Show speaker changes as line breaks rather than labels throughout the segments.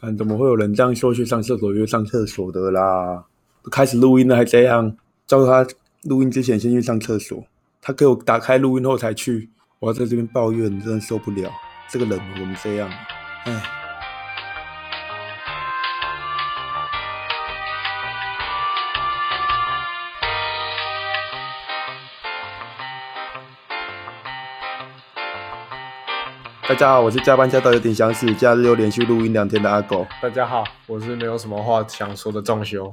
看怎么会有人这样说去上厕所就上厕所的啦？都开始录音了还这样，叫他录音之前先去上厕所，他给我打开录音后才去，我要在这边抱怨，真的受不了，这个人怎么这样？唉。大家好，我是加班加到有点想死，假日又连续录音两天的阿狗，
大家好，我是没有什么话想说的仲修。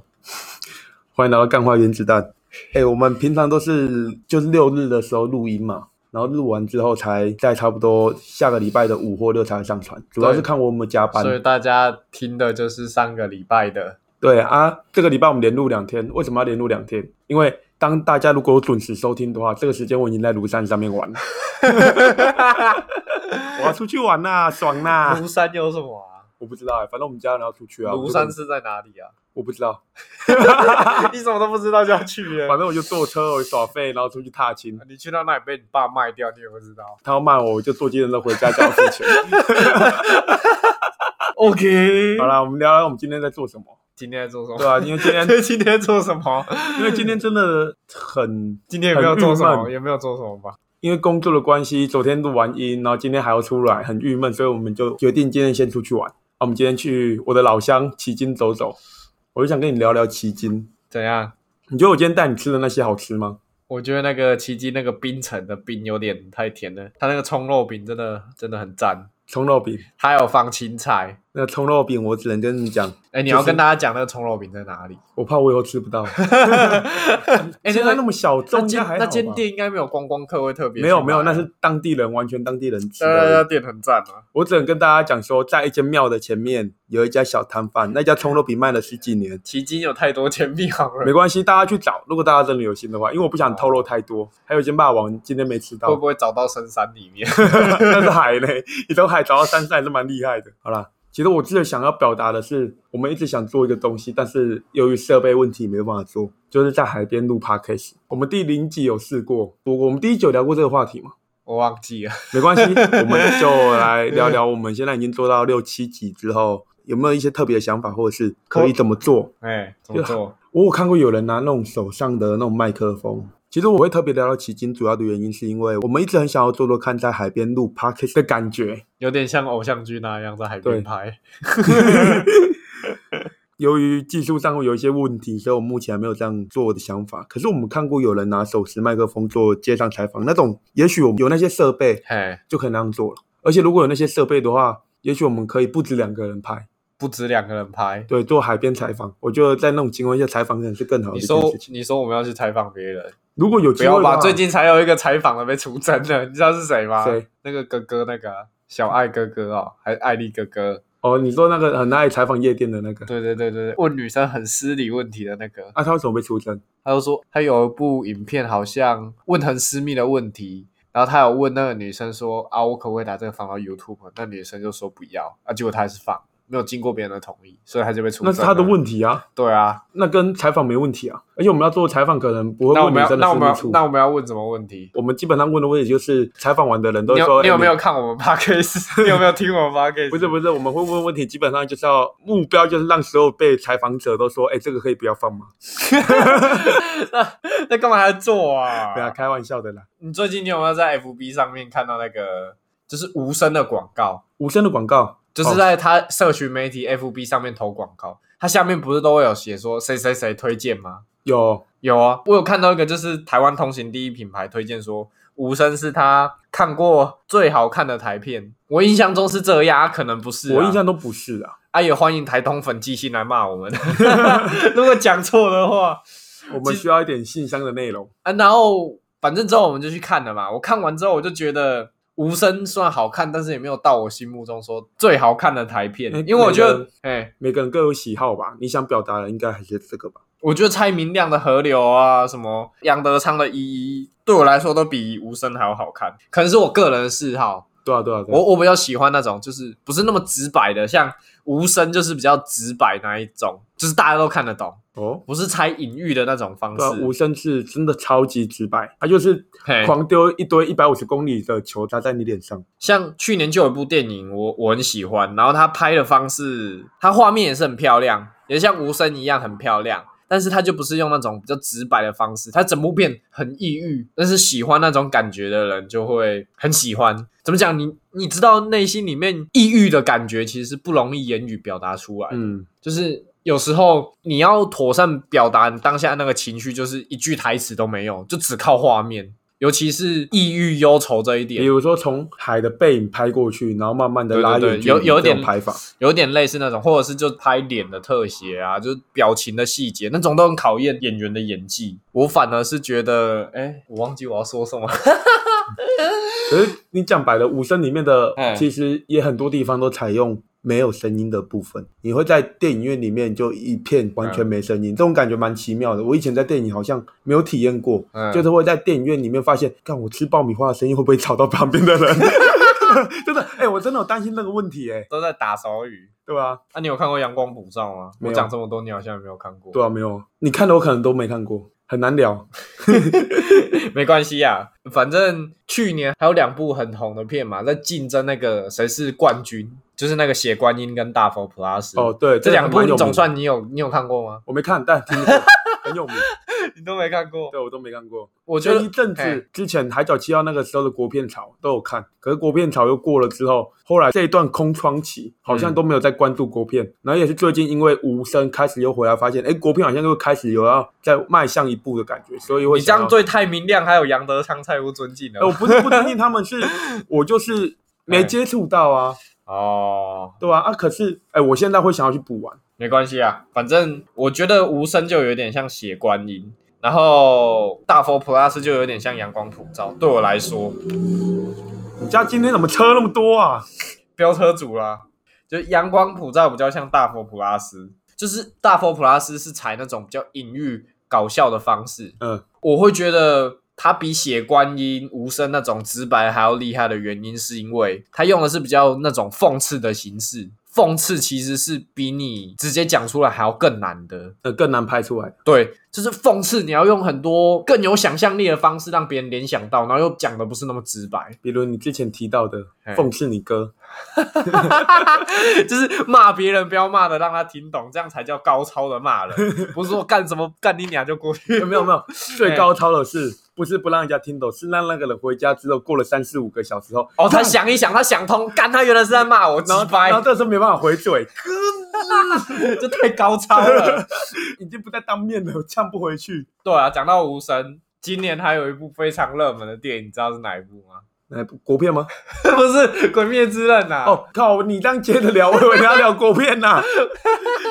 欢迎来到干花原子弹。哎、我们平常都是就是六日的时候录音嘛，然后录完之后才在差不多下个礼拜的五或六才上传，主要是看我有没有加班。
所以大家听的就是上个礼拜的，
对啊，这个礼拜我们连录两天，为什么要连录两天？因为当大家如果有准时收听的话，这个时间我已经在庐山上面 玩了，我要出去玩啦，爽啦！
庐山有什么啊？
我不知道哎、反正我们家人要出去啊。
庐
我
山
就是
在哪 里啊？
我不知道，
你怎么都不知道就要去
反
了？
正我就坐车，我耍废，然后出去踏青。
你去到那里被你爸卖掉，你也不知道。
他要骂我，我就坐计程车回家交事 情。
OK，
好啦，我们聊聊我们今天在做什么，
今天在做什么？
对啊，因为今天，
今天做什么？
因为今天真的很，
今天也没有做什
很郁
么，
闷
也没有做什么吧？
因为工作的关系，昨天录完音，然后今天还要出来，很郁闷，所以我们就决定今天先出去玩。啊，我们今天去我的老乡旗津走走，我就想跟你聊聊旗津。
怎样？
你觉得我今天带你吃的那些好吃吗？
我觉得那个奇迹那个冰城的冰有点太甜了，它那个葱肉饼真的真的很赞，
葱肉饼，
还有放青菜。
那个葱肉饼我只能跟你讲，
哎、你
就是
要跟大家讲那个葱肉饼在哪里？
我怕我以后吃不到。
哎、
现在那么小众，
那
应
间
该还好
那
吧
间店应该没有观光客会特别啊去
没有没有，
买
那是当地人，完全当地人吃
那那那
的。
店很赞啊。
我只能跟大家讲说，在一间庙的前面有一家小摊贩，那家葱肉饼卖了十几年。
奇经有太多钱币行
没
了，
关系，大家去找。如果大家真的有心的话，因为我不想透露太多。还有一间霸王今天没吃
会不
到，
会找到深山里面？
但是海嘞，你从海找到山上还是蛮厉害的。好啦，其实我真的想要表达的是，我们一直想做一个东西，但是由于设备问题没有办法做，就是在海边录 podcast。我们第零集有试过，我我们第一集有聊过这个话题嘛？
我忘记了。
没关系，我们就来聊聊，我们现在已经做到六七集之后，有没有一些特别的想法，或者是可以怎么做？
哎、怎么做？
我有看过有人拿那种手上的那种麦克风。其实我会特别聊到奇经，主要的原因是因为我们一直很想要做做看在海边录 podcast 的感觉。
有点像偶像剧那样在海
对
边拍。
由于技术上会有一些问题，所以我目前还没有这样做的想法。可是我们看过有人拿手持麦克风做街上采访，那种也许我们有那些设备
嘿，
就可以那样做了。而且如果有那些设备的话，也许我们可以不止两个人拍，
不止两个人拍。
对，做海边采访。我觉得在那种情况下，采访可能是更好的
你
一件
说
事情。
你说我们要去采访别人，
如果有
不
机
要
会的
吧？
话，
最近才有一个采访的被出征的， 你知道是谁吗？
谁？
那个哥哥，那个啊小爱哥哥哦，还是艾丽哥哥？
哦，你说那个很爱采访夜店的那个，
对对对对，对问女生很失礼问题的那个。
啊，他为什么被出征？
他就说他有一部影片，好像问很私密的问题，然后他有问那个女生说啊，我可不可以把这个放到 YouTube？那女生就说不要，啊，结果他还是放，没有经过别人的同意，所以他就被出
那
征了。
是他的问题啊，
对啊，
那跟采访没问题啊。而且我们要做采访，可能不会
那我
问女
们要
生的
那我
私密
们要
处。
那我们要问什么问题？
我们基本上问的问题就是采访完的人都
你
会
有
说
你有没？有
哎
看我们 podcast？你有 没有听我们 podcast？
不是不是，我们会问问题，基本上就是要目标就是让所有被采访者都说，哎、这个可以不要放吗？
那那干嘛还做啊？
对啊，开玩笑的啦。
你最近你有没有在 FB 上面看到那个就是无声的广告？
无声的广告，
就是在他社群媒体 FB 上面投广告，他下面不是都会有写说谁谁谁推荐吗？
有
有啊，我有看到一个就是台湾通行第一品牌推荐说无声是他看过最好看的台片，我印象中是这样，啊可能不是、啊。
我印象都不是啊。
啊，也欢迎台通粉寄信来骂我们， 如果讲错的话
我们需要一点信箱的内容。
啊。然后反正之后我们就去看了嘛，我看完之后我就觉得。无声虽然好看，但是也没有到我心目中说最好看的台片
那，
因为我觉
那
得
个，
哎、
每个人各有喜好吧，你想表达的应该还是这个吧。
我觉得蔡明亮的《河流》啊，什么杨德昌的《一一》，对我来说都比无声还要好看。可能是我个人的嗜好，
对啊，对啊，对啊
我我比较喜欢那种，就是不是那么直白的，像无声就是比较直白那一种，就是大家都看得懂。
哦，
不是猜隐喻的那种方
对啊，
式。
吴胜志真的超级直白，他就是
嘿
狂丢一堆一百五十公里的球砸在你脸上。
像去年就有一部电影我，我很喜欢，然后他拍的方式，他画面也是很漂亮，也像无声一样很漂亮，但是他就不是用那种比较直白的方式，他整部片很抑郁，但是喜欢那种感觉的人就会很喜欢。怎么讲？你你知道内心里面抑郁的感觉其实是不容易言语表达出来的，
嗯，
就是有时候你要妥善表达你当下那个情绪，就是一句台词都没有，就只靠画面，尤其是抑郁忧愁这一点
比。如说从海的背影拍过去，然后慢慢的拉
对对
远
对
距离
有有
这种
点
拍法，
有点类似那种，或者是就拍脸的特写啊，就是表情的细节，那种都很考验演员的演技。我反而是觉得，哎、我忘记我要说 什么。
可是你讲白了，五声里面的
哎
其实也很多地方都采用没有声音的部分。你会在电影院里面就一片完全没声
嗯
音，这种感觉蛮奇妙的。我以前在电影好像没有体验过，
嗯
就是会在电影院里面发现，看我吃爆米花的声音会不会吵到旁边的人。 真的，哎、我真的有担心这个问题、哎，
都在打手语。
对吧、啊？
那、你有看过《阳光普照》吗？
没有
我讲这么多，你好像也没有看过。
对啊，没有，你看的我可能都没看过，很难聊。
没关系啊，反正去年还有两部很红的片嘛，在竞争那个谁是冠军，就是那个《血观音》跟《大佛普拉斯》。
哦，，对，
这两
个
部
蛮有
你
名
总算你有你有看 过吗？
我没看，但听过，很 有名。
你都没看过，
对，我都没看过。
我觉
前
得
一阵
嘿
子之前海角七号那个时候的国片潮都有看，可是国片潮又过了之后，后来这一段空窗期好像都没有在关注国
嗯
片，然后也是最近因为无声开始又回来，发现哎国片好像又开始有要再迈向一步的感觉，所以会
你这
想
样
要。
对太明亮还有杨德昌太不尊敬了
哎。我不是不尊敬他们，是我就是
哎
没接触到啊，
哦，
对吧、啊？可是哎，我现在会想要去补完，
没关系啊，反正我觉得无声就有点像血观音，然后大佛 plus 就有点像阳光普照。对我来说，
你家今天怎么车那么多啊？
飙车族啦，就阳光普照比较像大佛 plus，就是大佛 plus 是采那种比较隐喻搞笑的方式。
嗯，
我会觉得它比血观音、无声那种直白还要厉害的原因，是因为它用的是比较那种讽刺的形式。讽刺其实是比你直接讲出来还要更难的，
那更难拍出来。
对，就是讽刺，你要用很多更有想象力的方式让别人联想到，然后又讲的不是那么直白，
比如你之前提到的
哎
讽刺你哥，
就是骂别人不要骂的让他听懂，这样才叫高超的 骂人，不是说干什么干你俩就过去。
有 没有没有，最高超的是不是不让人家听懂，是让那个人回家之后过了三四五个小时后，
哦，他想一想，他想通，干他原来是在骂我，鸡
然后
掰
然，后这时候没办法回嘴，
这太高超了。
已经不在当面了，呛不回去。
对啊，讲到无声，今年还有一部非常热门的电影，你知道是哪一部吗？
哎，国片吗？
不是《鬼灭之刃》啊，
哦，靠！你这样接得了，我以为你要聊国片 呐、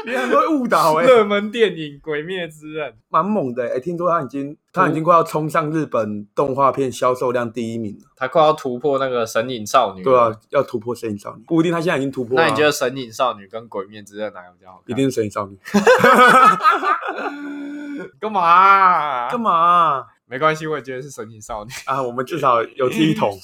你很会误导哎、
热门电影《鬼灭之刃》。
蛮猛的哎、听说他已经他已经快要冲上日本动画片销售量第一名了，
他快要突破那个《神隐少女》
对吧、啊？要突破《神隐少女》，不一定他现在已经突破、啊。
那你觉得《神隐少女》跟《鬼面之刃》哪个比较好看？
一定是《神隐少女》
干嘛啊、
干嘛啊、
没关系，我也觉得是《神隐少女》《
啊？我们至少有志一 同。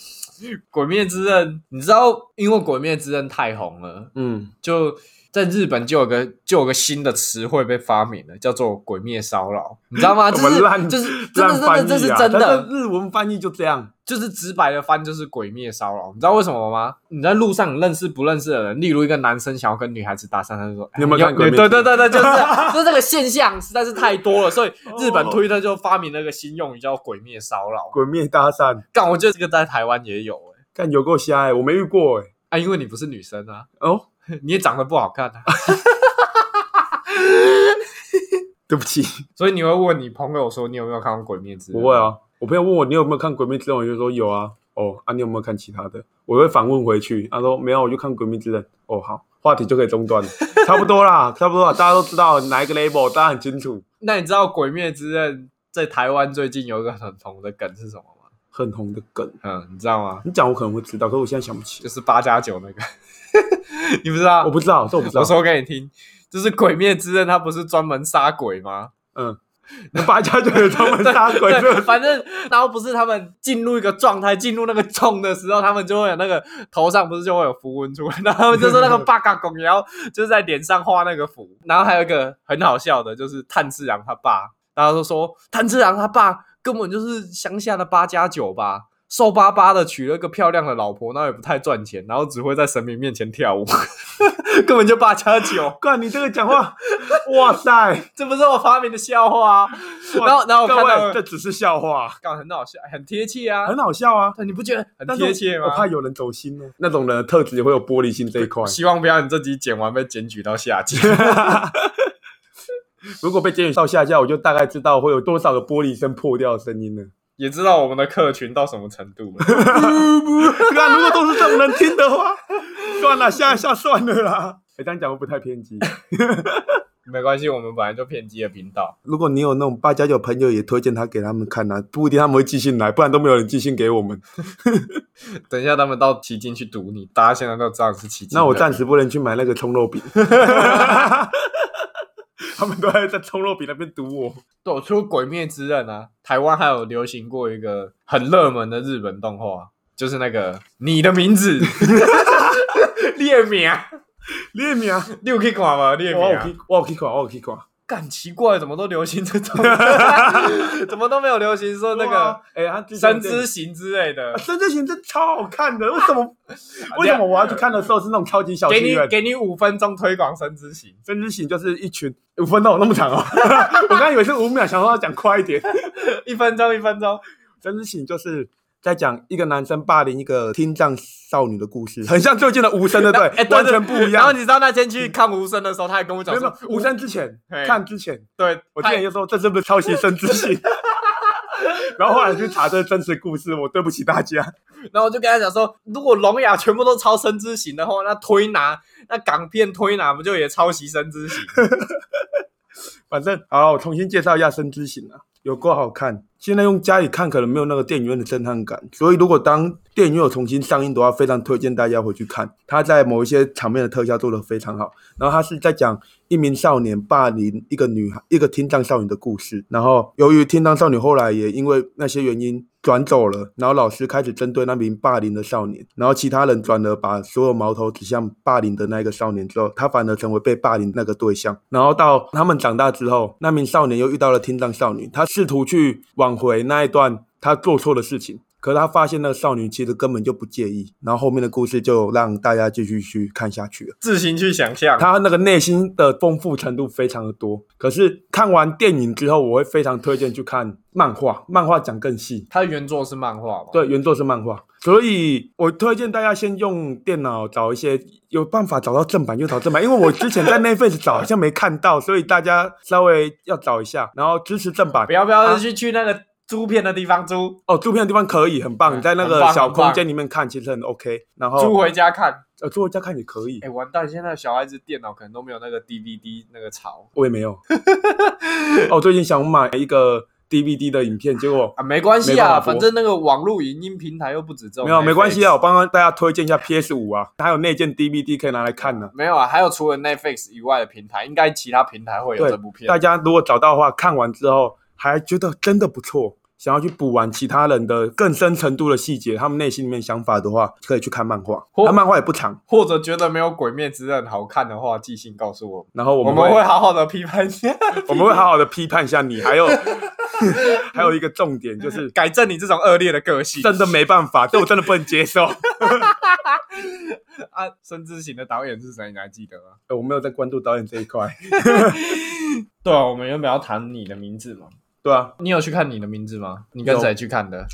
鬼灭之刃》。你知道，因为《鬼灭之刃》太红了，
嗯，
就在日本就有个就有个新的词汇被发明了，叫做“鬼灭骚扰”，你知 道吗？就
怎么
是
烂
就是真
烂
的真的
翻
这是
译啊！
真
但
的，
是日文翻译就这样。
就是直白的翻就是“鬼灭骚扰”。你知道为什么吗？你在路上你认识不认识的人，例如一个男生想要跟女孩子搭讪，他就说：“哎
你有没有看鬼灭之
对
刃
对对对，就是这 样就是这个现象实在是太多了，所以日
哦
本推特就发明了一个新用语叫“鬼灭骚扰
鬼灭搭讪，”。
干，我觉得这个在台湾也有哎、
看有够瞎哎、我没遇过哎、
啊，因为你不是女生啊，
哦，
你也长得不好看啊，
对不 起，
所以你会问你朋友说你有没有看过《鬼灭之刃》？
不会，啊。我朋友问我你有没有看《鬼灭之刃》，我就说有啊。哦，啊，你有没有看其他的？我会反问回去，他说没有，我就看《鬼灭之刃》。哦，好，话题就可以中 断了，差不多啦，差不多啦，大家都知道哪一个 label，大家很清楚，
那你知道《鬼灭之刃》在台湾最近有一个很红的梗是什么吗？
很红的梗。
嗯，你知道吗？
你讲我可能会知道，可是我现在想不 起，
就是八加九那个，你不知道？
我不知道，这我不知道
我。说给你听，就是《鬼灭之刃》，它不是专门杀鬼吗？
嗯，大家觉得他们杀鬼 这
对，
个
反正然后不是他们进入一个状态，进入那个重的时候，他们就会有那个头上不是就会有符文出来，然后他们就说 那个八嘎拱，然后就是在脸上画那个符，然后还有一个很好笑的，就是炭治郎他爸，然后就说炭治郎他爸根本就是乡下的八加九吧。瘦巴巴的娶了个漂亮的老婆，然后也不太赚钱，然后只会在神明面前 跳舞，根本就八加九，
干你这个讲话， 哇塞！
这不是我发明的笑话啊！ 然后，然后我
各
看到
位，这只是笑话，
搞很好笑，很贴切啊，
很好笑啊，
对，你不觉得很
但是
贴切
我
吗？
怕有人走心呢。那种人的特质也会有玻璃心这一块。
希望不要你这集剪完被检举到下 集。
如果被监狱到下架，我就大概知道会有多少个玻璃声破掉的声音 了。
也知道我们的客群到什么程度 了。
那如果都是这种人听的 话，算了，下一下算了啦。哎，这样讲会不会太偏激？
没关系，我们本来就偏激的频道。
如果你有那种八加九朋友，也推荐他给他们看啊，不一定他们会寄信来，不然都没有人寄信给我们。
等一下他们到奇境去堵你，大家现在都知道你是奇境。
那我暂时不能去买那个葱肉饼。 他们都还在葱肉饼那边堵我。
对，我除了《鬼灭之刃》啊，台湾还有流行过一个很热门的日本动画，就是那个《你的名 字》列名，啊
列名啊，
你有去看吗？列
我有
名。啊
去，我有去看，我有去看。
干奇怪，怎么都流行这种， 怎么都没有流行说那
对
个
啊，哎，他之前
神之行之类的
啊。深圳行真超好看的，为什 么？为什么我要去看的时候是那种超级小
给
情
你
人？
给你五分钟推广生之行，
深圳行就是一群五分钟有那么 长哦，我刚以为是五秒，想说要讲快一点。
一分钟一分钟，
深圳行就是在讲一个男生霸凌一个听障少女的故事，很像最近的无声，对不
哎
对？完全不一
然后
样。
你知道那天去看无声的时候，他还跟我
没
讲
有没
说
有，，无声之前
嘿
看之前，
对
我之前就说这是不是抄袭深圳行？ 然后后来去查这是真实故事，我对不起大家。
他然后我就跟他讲说，如果聋哑全部都抄生之行的话，那推拿那港片推拿不就也抄袭生之行？
反正好了，我重新介绍一下《深之行》啊，有够好看。现在用家里看可能没有那个电影院的震撼感，所以如果当电影院有重新上映的话，非常推荐大家回去看。它在某一些场面的特效做得非常好。然后它是在讲一名少年霸凌一个女孩、一个听障少女的故事。然后由于听障少女后来也因为那些原因转走了，然后老师开始针对那名霸凌的少年，然后其他人转而把所有矛头指向霸凌的那一个少年之后，他反而成为被霸凌那个对象。然后到他们长大之后，那名少年又遇到了听障少女，他试图去挽回那一段他做错的事情。可是他发现那个少女其实根本就不介意，然后后面的故事就让大家继续去看下去了。
自行去想象。
他那个内心的丰富程度非常的多。可是看完电影之后，我会非常推荐去看漫画，漫画讲更细。
他原作是漫画嘛？
对，原作是漫画，所以我推荐大家先用电脑找一些有办法找到正版就找正版，因为我之前在 Netflix 找好像没看到，所以大家稍微要找一下，然后支持正版
不。要不要去去那个租片的地方租
哦，租片的地方可以，很棒，
嗯
你在那
很
个
棒
小
很棒
空间里面看其实很 OK。然
租
后
回家看。
呃，坐家看也可以
哎，，完蛋！现在小孩子电脑可能都没有那个 DVD 那个潮
我也 没有。哦，最近想买一个 DVD 的影片，结果
啊，没关系
没办
啊，
法播
反正那个网络影音平台又不止这种。
没有，没关系啊，我。帮大家推荐 一下 PS 五啊，还有内建 DVD 可以拿来看呢、
没有啊，还有除了 Netflix 以外的平台，应该其他平台会有
对
这部片。
大家如果找到的话，看完之后还觉得真的不错，想要去补完其他人的更深程度的细节，他们内心里面想法的话，可以去看漫画。
哦
他漫画也不长，
或者觉得没有《鬼灭之刃》好看的话，寄信告诉我们，
然后我
我
们
们会
会
好好的批判 一下，
我们会好好的批判一下你。还 有还有一个重点 就是，
改正你这种恶劣的个 性。
真的没办法，这我真的不能接受。 哎
啊，深之行的导演是谁？你还记得吗？
呃我没有在关注导演这一块，
对啊，我们原本要谈你的名字嘛。
对啊，
你有去看你的名字吗？你跟
有
谁去看的？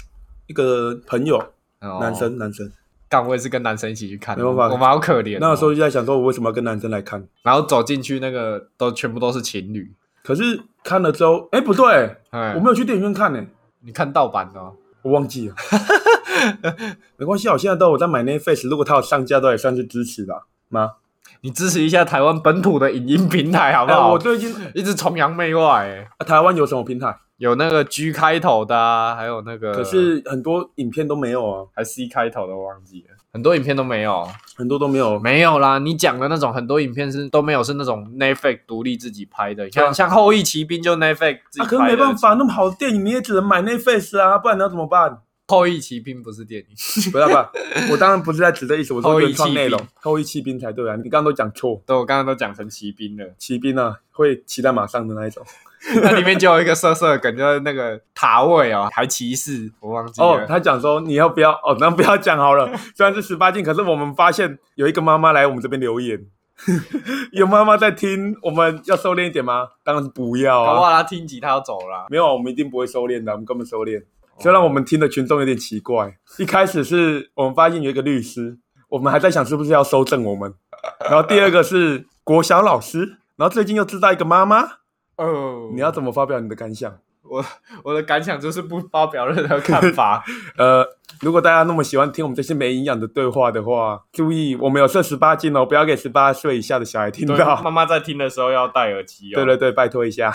一个朋友，
哦
男，生男生，
干我也是跟男生一起去看的，
没办法
我们好可怜哦。
那个时候就在想说，我为什么要跟男生来看？
然后走进去那个都全部都是情侣，
可是看了之后，哎、不对，
哎
我没有去电影院看呢、
你看盗版的哦，
我忘记 了。没关系啊，我现在都有在买 Netflix，如果它有上架，都也算是支持啦。妈，
你支持一下台湾本土的影音平台好不
哎
好？
我最近、
一直崇洋媚外、欸，
啊台湾有什么平台？
有那个 G 开头的、啊，还有那个
可是很多影片都没有啊，
还 C 开头的，我忘记了，很多影片都没有，
很多都没有。
没有啦。你讲的那种很多影片是都没有，是那种 Netflix 独立自己拍的，
对
像
啊
像《后羿骑兵》就 Netflix 自
啊，
己
可
拍
是
的。
没办法，那么好的电影你也只能买那 face 啊，不然你要怎么办？
后羿骑兵》不是电影。
不要 吧，我当然不是在指这意思，我
后
说
羿
原创
弃
内
兵
容，后羿弃兵才对啊，你刚刚都讲错，
对，我刚刚都讲成骑兵了。
骑兵啊会骑在马上的那一种。
那里面就有一个色色的梗，就是那个塔位哦，还骑士，我忘记了。
哦，他讲说你要不要 哦，那不要讲好了。虽然是十八禁，可是我们发现有一个妈妈来我们这边留言， 有妈妈在听，我们要收敛一点吗？当然是不要
搞不
啊，
好他听几他要走了啊、
没有啊，我们一定不会收敛的，我们根本收敛。
哦
虽然我们听的群众有点奇怪，一开始是我们发现有一个律师，我们还在想是不是要收正我们，然后第二个是国小老师，然后最近又知道一个妈妈，
哦，
你要怎么发表你的感想？
我的感想就是不发表任何看法。
呃，如果大家那么喜欢听我们这些没营养的对话的话，注意我们有设十八禁哦，不要给十八岁以下的小孩 听
对，
到。
妈妈在听的时候要戴耳机哦。
对对对，拜托一 下。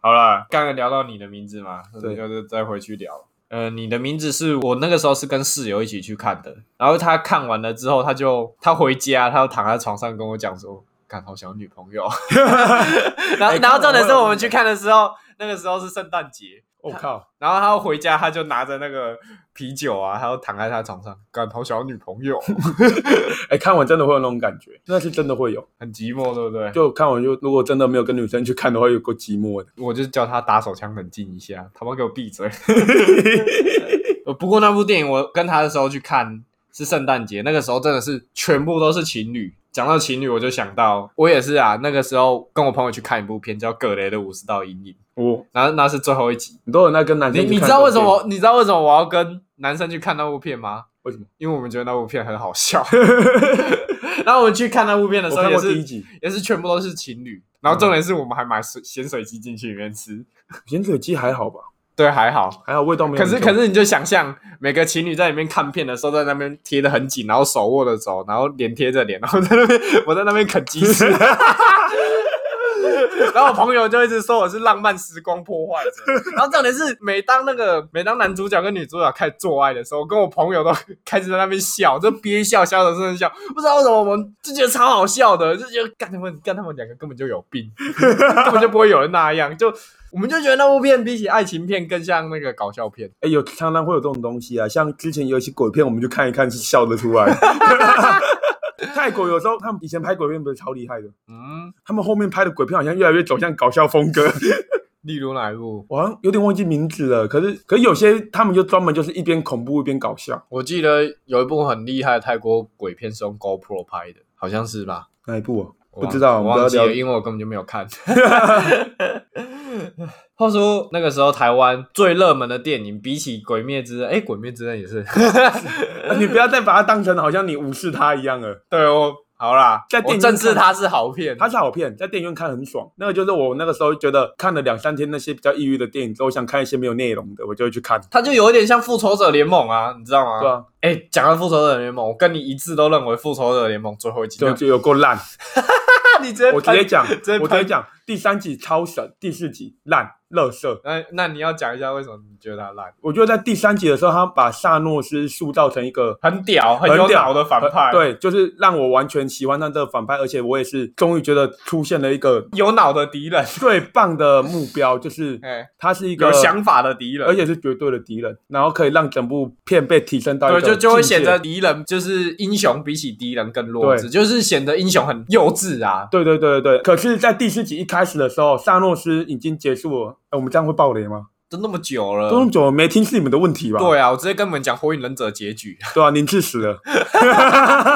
好了，刚刚聊到你的名字嘛，
对
就是再回去聊。呃，你的名字是我那个时候是跟室友一起去看的，然后他看完了之后，他就他回家，他就躺在床上跟我讲说：“看，好想有女朋 友。”然
哎
后，然后重
看完
点是
了
我们去看的时候，那个时候是圣诞节，
我、靠，
然后他回家，他就拿着那个啤酒啊，他就躺在他床上，干，好想有女朋友，
哎，看完真的会有那种感觉，那是真的会有。
很寂寞，对不对？
就看完就，如果真的没有跟女生去看的话，有够寂寞的。
我就叫他打手枪冷静一下，他妈给我闭 嘴！呃不过那部电影我跟他的时候去看是圣诞节，那个时候真的是全部都是情侣。讲到情侣，我就想到我也是啊，那个时候跟我朋友去看一部片叫《葛雷的五十道阴影》，
我、
然后那是最后一集。
你都有那跟男
你
生去
哦你
看
知道为什
这种
么？你知道为什么我要跟男生去看那部片吗？
为什么？
因为我们觉得那部片很好笑。 然后我们去看那部片的时
我
候
看
也
过第一
是
集，
也是全部都是情侣，然后重点是我们还买水咸水鸡进去里面吃，
盐水鸡还好吧？
对，还好。
还好味道没有
可
很
是
重。
可是你就想象每个情侣在里面看片的时候，在那边贴的很紧，然后手握着手，然后脸贴着脸，然后在那边 我在那边啃鸡 翅，然后我朋友就一直说我是浪漫时光破坏者。然后重点是，每当那个每当男主角跟女主角开始做爱的时候，我跟我朋友都开始在那边笑，就憋笑，笑的真的笑，不知道为什么我们就觉得超好笑的，就觉得干他们干他们两个根本就有病，根本就不会有人那样就。我们就觉得那部片比起爱情片更像那个搞笑片，
哎、有常常会有这种东西啊，像之前有一些鬼片，我们就看一看是笑得出 来。泰国有时候他们以前拍鬼片不是超厉害的，
嗯，
他们后面拍的鬼片好像越来越走向搞笑风 格，
例如哪一部？
我好像有点忘记名字了。可是，可是有些他们就专门就是一边恐怖一边搞笑，
我记得有一部很厉害的泰国鬼片是用 GoPro 拍的，好像是吧？
哪一部啊？
我忘
不知道
我
我
忘
们
记
不要
了，
聊
因为我根本就没有看。话说那个时候台湾最热门的电影，比起《鬼灭之刃》，哎，《鬼灭之刃》也是，
啊你不要再把它当成好像你无视它一样了。
对哦，好啦，
在电
我
影
正
院
视
看
它是好片，
它是好片，在电影院看很爽。那个就是我那个时候觉得看了两三天那些比较抑郁的电影之后，想看一些没有内容的，我就会去看。
它就有一点像《复仇者联盟》啊，你知道吗？
对啊，
哎、讲到《复仇者联盟》，我跟你一致都认为《复仇者联盟》最后一集
就就有够烂。
那你直接
我直接讲，
接
我直
喷
接讲，第三集超神，第四集烂，垃圾。
那哎那你要讲一下为什么你觉得他烂？
我觉得在第三集的时候，他把萨诺斯塑造成一个
很屌，很
很
有
屌
脑的反派，
呃，对，就是让我完全喜欢上这个反派，而且我也是终于觉得出现了一个
有脑的敌 人，
最棒的目标，就是
哎，
他是一个
有想，法的敌人，
而且是绝对的敌人，然后可以让整部片被提升到
对，
一个
就就会
境
显
界
得敌人就是英雄比起敌人更弱智，
对
就是显得英雄很幼稚啊。
对对对对对。可是，在第四集一开始的时候，萨诺斯已经结束了。哎，我们这样会爆雷吗？
都那么久了，
都那么久了没听是你们的问题吧？
对啊，我直接跟你们讲《火影忍者》结局，
对啊，您致死了。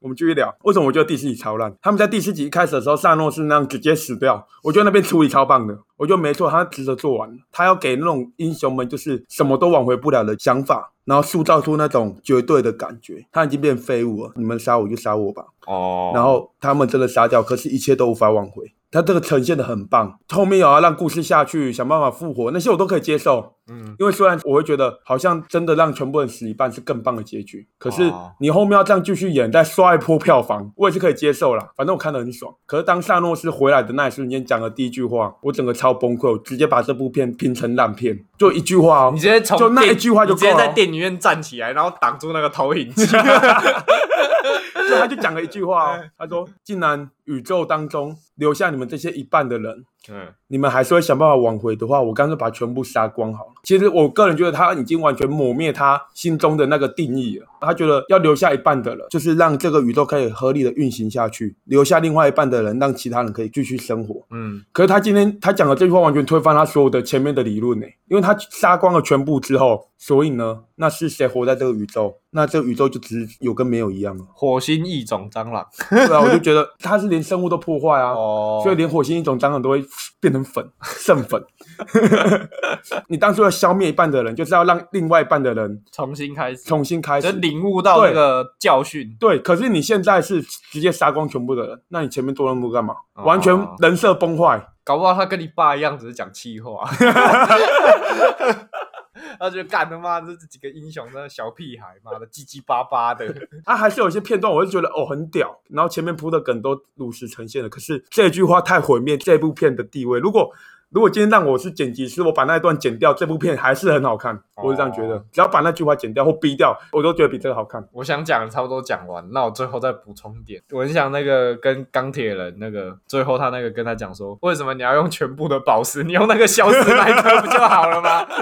我们继续聊，为什么我觉得第四集超烂？他们在第四集一开始的时候，萨诺是那样直接死掉，我觉得那边处理超棒的，我觉得没错，他值得做完。他要给那种英雄们就是什么都挽回不了的想法，然后塑造出那种绝对的感觉。他已经变废物了，你们杀我就杀我吧。
哦
然后他们真的杀掉，可是一切都无法挽回。他这个呈现的很棒，后面有要让故事下去，想办法复活那些我都可以接受，
嗯，
因为虽然我会觉得好像真的让全部人死一半是更棒的结局，可是
哦
你后面要这样继续演，再刷一波票房，我也是可以接受啦，反正我看得很爽。可是当萨诺斯回来的那一瞬间讲的第一句话，我整个超崩溃，我直接把这部片拼成烂片，就一句话哦
你，直接从
就那
电
一句话就
你直接
够了
在电影院站起来，然后挡住那个投 影机。
就他就讲了一句话哦，他说：“竟然宇宙当中留下你们这些一半的人，
嗯，。
你们还是会想办法挽回的话，我干脆把全部杀光好了。其实我个人觉得他已经完全抹灭他心中的那个定义了。他觉得要留下一半的人，就是让这个宇宙可以合理的运行下去；留下另外一半的人，让其他人可以继续生活。
嗯，
可是他今天他讲的这句话完全推翻他所有的前面的理论呢、因为他杀光了全部之后，所以呢，那是谁活在这个宇宙？那这个宇宙就只是有跟没有一样了啊
火星异种蟑螂
对啊，我就觉得他是连生物都破坏啊。
哦
所以连火星一种蟑螂都会 变成粉， 剩粉。你当初要消灭一半的人，就是要让另外一半的人
重新开始，
重新开
就
始。
领悟到那个教训。
对，可是你现在是直接杀光全部的人，那你前面做那么多干嘛？
哦
完全人设崩坏。
搞不好他跟你爸一样，只是讲气话。他觉得干他妈这几个英雄，那小屁孩，妈的叽叽巴巴的。
他、啊还是有一些片段，我就觉得哦很屌，然后前面铺的梗都如实呈现了。可是这句话太毁灭这部片的地位。如果如果今天让我是剪辑师，我把那一段剪掉，这部片还是很好看，我是这样觉得。
哦
只要把那句话剪掉或逼掉，我都觉得比这个好看。
我想讲的差不多讲完，那我最后再补充一点。我很想那个跟钢铁人那个，最后他那个跟他讲说，为什么你要用全部的宝石？你用那个小史莱克不就好了吗？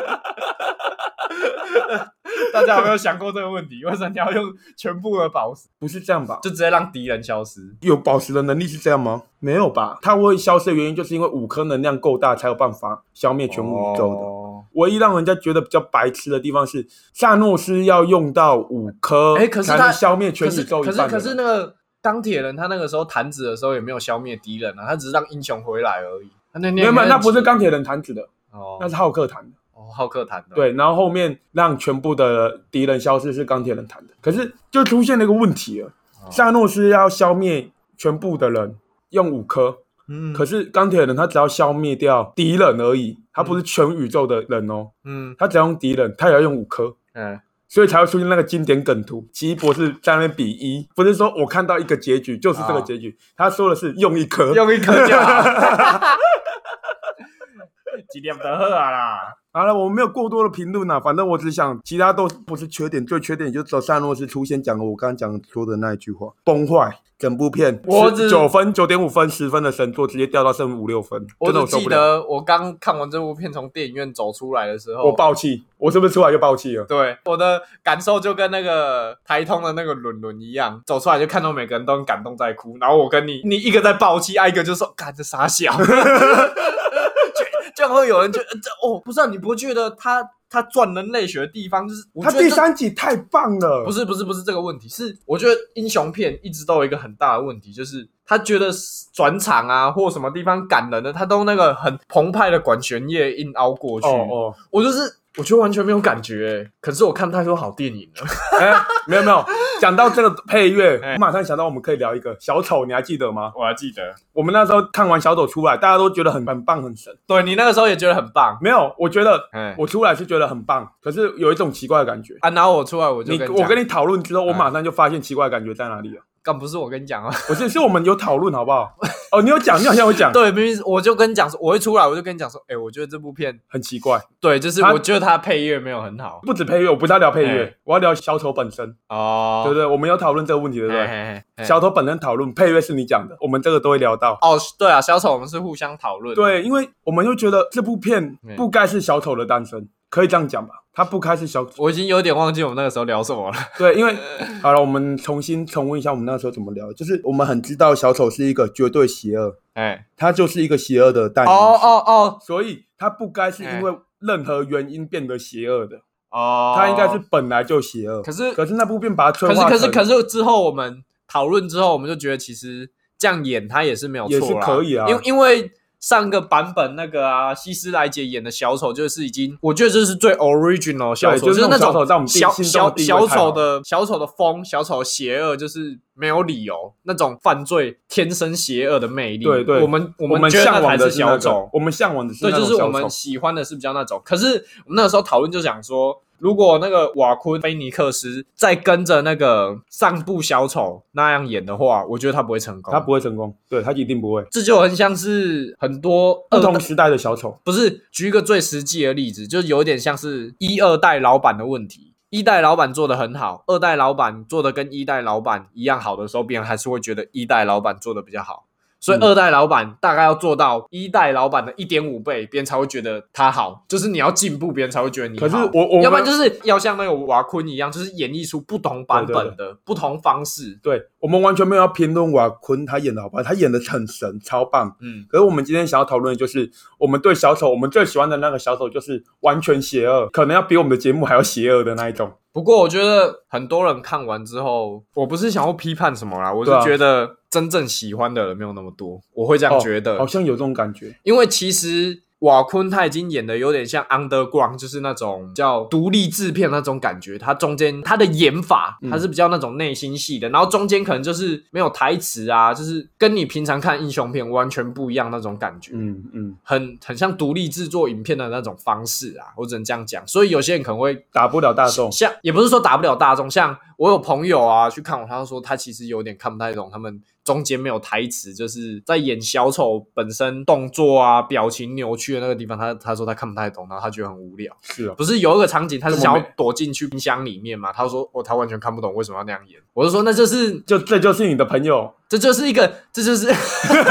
大家有没有想过这个问题？为什么你要用全部的宝石？
不是这样吧？
就直接让敌人消失？
有宝石的能力是这样吗？没有吧？它会消失的原因就是因为五颗能量够大，才有办法消灭全宇宙的。
哦
唯一让人家觉得比较白痴的地方是，萨诺斯要用到五颗，
诶哎可是
才
他
能消灭全
可
宇
是
宙一
可
半
是
的
可是那个钢铁人他那个时候弹指的时候也没有消灭敌人啊，他只是让英雄回来而已。他那
没有没有，那不是钢铁人弹指的，
哦
那是浩克弹的。
哦浩克弹的
对，然后后面让全部的敌人消失是钢铁人弹的，可是就出现了一个问题了，
哦
萨诺斯要消灭全部的人用五颗，
嗯
可是钢铁人他只要消灭掉敌人而已，他不是全宇宙的人哦，
嗯
他只要用敌人，他也要用五颗，
嗯
所以才会出现那个经典梗图，奇异博士在那边比一，不是说我看到一个结局就是这个结局，他说的是用一颗，
用一颗就好。 几点得喝啊啦？
好了，我们没有过多的评论啊啦，反正我只想，其他都不是缺点，最缺点就只有萨诺斯出现讲了我刚刚讲说的那一句话，崩坏，整部片
我只
九分、九点五分、十分的神作直接掉到剩五六分，
我
真的
只
受
记
不了，
得我刚看完这部片，从电影院走出来的时候，
我爆气，我是不是出来就爆气了？
对我的感受就跟那个台通的那个伦伦一样，走出来就看到每个人都很感动在哭，然后我跟你，你一个在爆气，啊一个就说干这傻小， 就这样会有人就呃这哦，不是、啊、你不觉得他他赚人类学的地方就是我
他
觉得
第
这
三集太棒了，
不是不是不是这个问题，是我觉得英雄片一直都有一个很大的问题，就是他觉得转场啊或什么地方感人的，他都那个很澎湃的管弦乐硬凹过去。
哦哦，
我就是我觉得完全没有感觉、欸，可是我看太多好电影了。
哎、没有没有，讲到这个配乐，
哎
我马上想到我们可以聊一个小丑，你还记得吗？
我还记得，
我们那时候看完小丑出来，大家都觉得很很棒很神。
对你那个时候也觉得很棒。
没有，我觉得
哎，
我出来是觉得很棒，可是有一种奇怪的感觉。
啊，然后我出来我就
你啊
跟
我跟
你
你讨论之后，我
哎
马上就发现奇怪的感觉在哪里了。
讲干不是我跟你讲啊，
不是，是我们有讨论好不好？哦，你有 讲，你好像有讲，
对，明明是我就跟你讲说，我会出来我就跟你讲说，哎、我觉得这部片
很奇怪。
对，就是
他
我觉得它配乐没有很好
不止配乐，我不是要聊配乐，
哎
我要聊小丑本身，
哦
对不对？我们有讨论这个问题，对不对？
对对
小丑本身讨论配乐是你讲的，我们这个都会聊到。
哦，对啊，小丑我们是互相讨论。
对，因为我们又觉得这部片
嗯
不该是小丑的诞生，可以这样讲吧？它不该是小丑。
我已经有点忘记我们那个时候聊什么了。
对， 因为好了，我们重新重温一下我们那时候怎么聊，就是我们很知道小丑是一个绝对邪恶，
哎，
他就是一个邪恶的代
哦
名词，
哦哦
所以他不该是因为任何原因变得邪恶的，
哦，
他应该是。本来就邪恶。
可是
可是那部片把它
可
催
是
化
可是可
是
是之后我们讨论之后，我们就觉得其实这样演他也是没有错啦，
也是可以啊
因为因为。上个版本那个啊，希斯莱杰演的小丑就是已经，我觉得这是最 original 的小丑，
就是是那
那
种小丑在我
种
们
小
心中
小
的地位
小
太好
丑的小丑的疯，小丑的邪恶，就是没有理由那种犯罪天生邪恶的魅力。
对对
我们我
我
们觉得
向
那
往
才
的
是
是那
小
个
丑，
我们向往的是
对，
那
就
种
是我
小
们
丑
喜欢的是比较那种。可是我们那个时候讨论就想说，如果那个瓦昆菲尼克斯再跟着那个上部小丑那样演的话，我觉得他不会成功。
他不会成功，对他一定不会。
这就很像是很多
不
二代
同时代的小丑，
不是举一个最实际的例子，就是有点像是一二代老板的问题。一代老板做的很好，二代老板做的跟一代老板一样好的时候，别人还是会觉得一代老板做的比较好。所以
嗯
二代老板大概要做到一代老板的一点五倍，别人才会觉得他好。就是你要进步，别人才会觉得你好。
可是我我们
要不然就是要像那个瓦昆一样，就是演绎出不同版本的
对
不同方式。
对我们完全没有要评论瓦昆他演的好不好，他演的很神，超棒。
嗯，
可是我们今天想要讨论的就是，我们对小丑，我们最喜欢的那个小丑就是完全邪恶，可能要比我们的节目还要邪恶的那一种。
不过我觉得很多人看完之后，我不是想要批判什么啦，我是
对啊
觉得真正喜欢的人没有那么多，我会这样觉
哦
得。
好像有这种感觉。
因为其实瓦昆他已经演的有点像 Underground，就是那种叫独立制片那种感觉。他中间他的演法，
嗯
他是比较那种内心戏的，然后中间可能就是没有台词啊，就是跟你平常看英雄片完全不一样那种感觉。
嗯嗯，
很很像独立制作影片的那种方式啊，我只能这样讲。所以有些人可能会
打不了大众。
像也不是说打不了大众，像我有朋友啊去看我，他就说他其实有点看不太懂，他们中间没有台词，就是在演小丑本身动作啊、表情扭曲的那个地方，他他说他看不太懂，然后他觉得很无聊。
是哦，
不是有一个场景，他是
这么
想要
美
躲进去冰箱里面嘛？他说哦，他完全看不懂为什么要那样演。我就说那就是
就这就是你的朋友，
这就是一个，这就是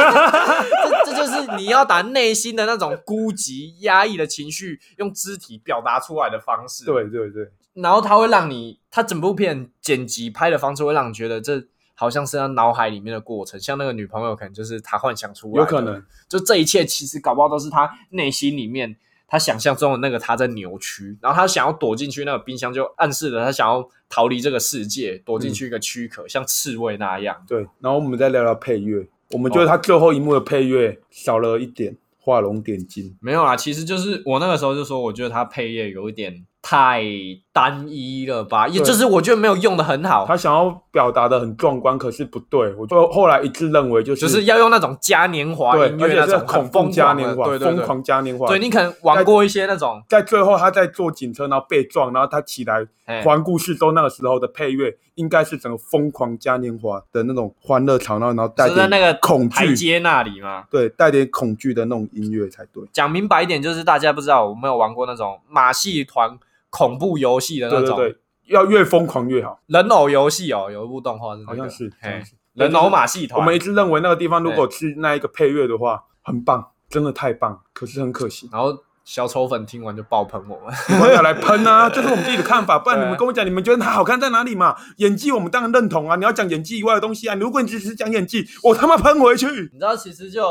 这这就是你要把内心的那种孤寂、压抑的情绪用肢体表达出来的方式。
对对对，
然后它会让你，它整部片剪辑拍的方式会让你觉得这好像是他脑海里面的过程，像那个女朋友可能就是他幻想出来，
有可，能。
就这一切其实搞不好都是他内心里面他想象中的那个他在扭曲，然后他想要躲进去那个冰箱，就暗示了他想要逃离这个世界，躲进去一个躯壳，像刺猬那样。
对，然后我们再聊聊配乐，我们觉得他最后一幕的配乐少了一点，画龙点睛。
没有啦，其实就是我那个时候就说，我觉得他配乐有一点太单一了吧，也
对
就是我觉得没有用的很好，
他想要表达的很壮观，可是不对。我就后来一致认为就是
就是要用那种嘉年华
对，
音
而
乐那
且是
种
恐
很
怖
疯
嘉
狂的
年华，
对对
疯
对，
狂嘉年华。
对你可能玩过一些那种，
在最后他在坐警车，然后被撞，然后他起来
哎
环顾四周，那个时候的配乐应该是整个疯狂嘉年华的那种欢乐场，然后然后带
是在
点
那个
恐
台
惧，
阶那里嘛。
对，带点恐惧的那种音乐才对。
讲明白一点，就是大家不知道我没有玩过那种马戏团恐怖游戏的那
对对
种
对，要越疯狂越好，
人偶游戏哦，有一部动画是那
好
个哎
像是。好
嘿
像是
人偶马戏团。
我们一直认为那个地方如
哎，
果是那一个配乐的话，很棒，真的太棒，可是很可惜
然后小丑粉听完就爆喷我们，
你们要来喷 啊，这是我们自己的看法，不然
对啊
你们跟我讲，你们觉得它好看在哪里嘛？演技我们当然认同啊，你要讲演技以外的东西啊，如果你只是讲演技，我他妈喷回去。
你知道其实就。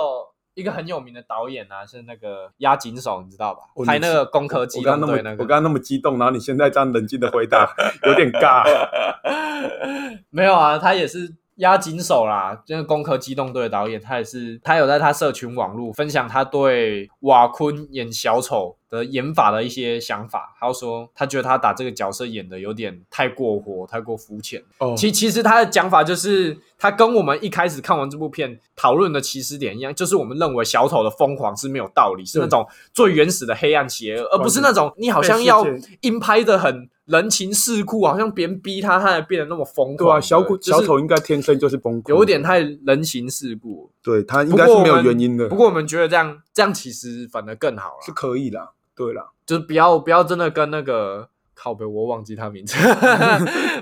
一个很有名的导演啊，是那个押井守，你知道吧
哦？
拍那个《攻壳
我
机
刚刚
动
那么
队》那个。
我刚刚那么激动，然后你现在这样冷静的回 答，有点尬。
没有啊，他也是押井守啦，就是《攻壳机动队》的导演，他也是他有在他社群网络分享他对瓦昆演小丑的演法的一些想法。他说他觉得他打这个角色演的有点太过火，太过肤浅。
哦
其其实他的讲法就是，他跟我们一开始看完这部片讨论的起始点一样，就是我们认为小丑的疯狂是没有道理，是那种最原始的黑暗邪恶，而不是那种你好像要
被世界
硬拍的很人情世故，好像别人逼他，他才变得那么疯狂。
对啊，小
鬼
鬼小丑应该天生就是崩溃，
有一点太人情世故，
对他应该是没有原因的
不，过我们觉得这样这样其实反而更好
是
了，
可以啦。对啦，
就是不要不要真的跟那个。靠北，我忘记他 名字，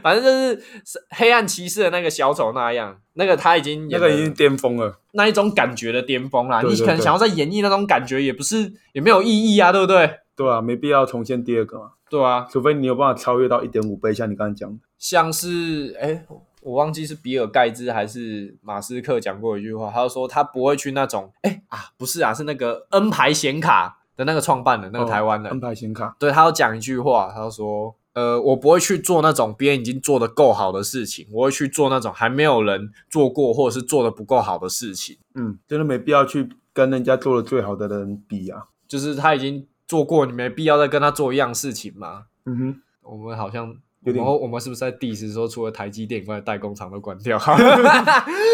反正就是是黑暗骑士的那个小丑那样，那个他已经
那
演
个
了
已经巅峰了。
那一种感觉的巅峰啦。
对对
你可能
对
想要再演绎那种感觉，也不是也没有意义啊，对不对？
对啊，没必要重现第二个嘛，
对啊，
除非你有办法超越到一点五倍，像你刚刚讲的。
像是哎、诶我忘记是比尔盖茨还是马斯克讲过一句话，他就说他不会去那种哎、啊，不是啊，是那个 N 牌显卡的那个创办人，
哦
那个台湾人，
安排显卡，
对他要讲一句话，他就说。呃，我不会去做那种别人已经做的够好的事情，我会去做那种还没有人做过或者是做的不够好的事情。
嗯，真的没必要去跟人家做的最好的人比啊。
就是他已经做过，你没必要再跟他做一样事情嘛。
嗯哼，
我们好像
有点
然后我们是不是在 diss 说，除了台积电以外，代工厂都 关掉？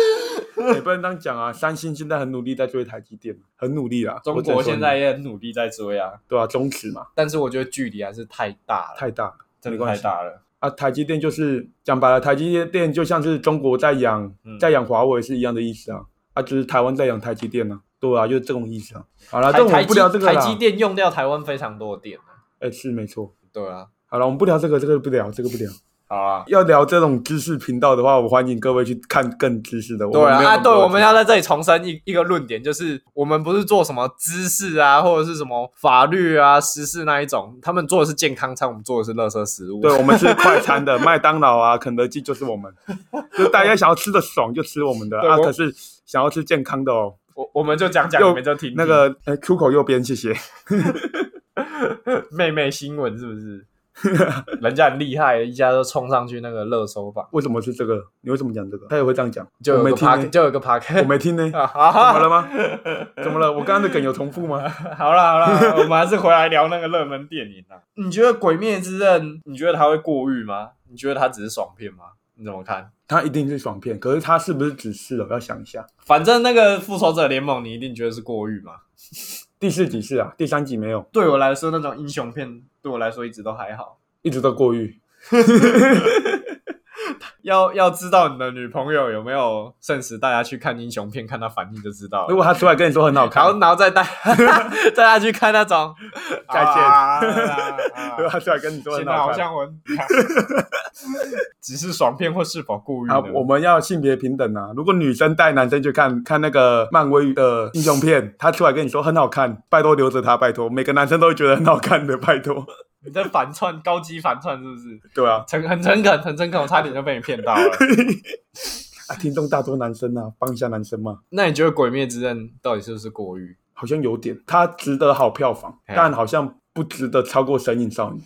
也不能这样讲啊。三星现在很努力在追台积电，很努力啦。
中
我只能
国
说
现在也很努力在追啊，
对啊，中指嘛，
但是我觉得距离还是太大了，
太大了
真
没
的
关
太
系
大了。
啊。台积电就是讲白了，台积电就像是中国在养、
嗯
在养华为是一样的意思啊。啊，就是台湾在养台积电呢、啊，对啊，就是这种意思啊。好啦，
台
这我
台
们不
积
聊这个啦。
台积电用掉台湾非常多的电啊
哎，是没错。
对啊，
好了，我们不聊这个，这个不聊，这个不聊。
好啊。
要聊这种知识频道的话，我欢迎各位去看更知识的。
对
我们
啊，
没有
啊，
那么多
对，我们要在这里重申一一个论点，就是我们不是做什么知识啊，或者是什么法律啊、时事那一种，他们做的是健康餐，我们做的是垃圾食物。
对，我们是快餐的，麦当劳啊、肯德基就是我们，就大家想要吃的爽就吃我们的
对
啊，
我
可是想要吃健康的哦，
我我们就讲讲，
又
你们就听听
那个呃出口右边谢谢。
妹妹新闻是不是？人家很厉害，一下就冲上去那个热搜榜，
为什么是这个？你为什么讲这个？他也会这样讲，
就
我
有
没
个
听
p a
呢，
就有个 p a r k
我没听呢，
啊，
怎么
好了，
了 吗？怎么了？我刚刚的梗有重复吗？
好了，好 了，我们还是回来聊那个热门电影啊。你觉得《鬼灭之刃》，你觉得它会过誉吗？你觉得它只是爽片吗？你怎么看？
他一定是爽片，可是他是不是只是了？哦要想一下，
反正那个《复仇者联盟》，你一定觉得是过誉嘛？
第四集是啊，第三集没有，
对我来说，那种英雄片对我来说一直都还好。
一直都过誉。
要要知道你的女朋友有没有圣使，大家去看英雄片，看她反应就知道了
如。果他出来跟你说很好看
然，后然后再带 带他去看那 种
再见
啊啊啊
如果他出来跟你说
现
很
在好
好看。
像啊我很 只是爽片或是否过誉呢
啊，我们要性别平等啊！如果女生带男生去看看那个漫威的英雄片，他出来跟你说很好看，拜托留着他，拜托，每个男生都会觉得很好看的，拜托。
你在反串高级反串是不是？
对啊，
诚很诚恳，很诚恳，我差点就被你骗到 了。
啊，听众大多男生啊，帮一下男生嘛，
那你觉得《鬼灭之刃》到底是不是过誉？
好像有点，他值得好票房，
哎
但好像不值得超过《神隐少女》。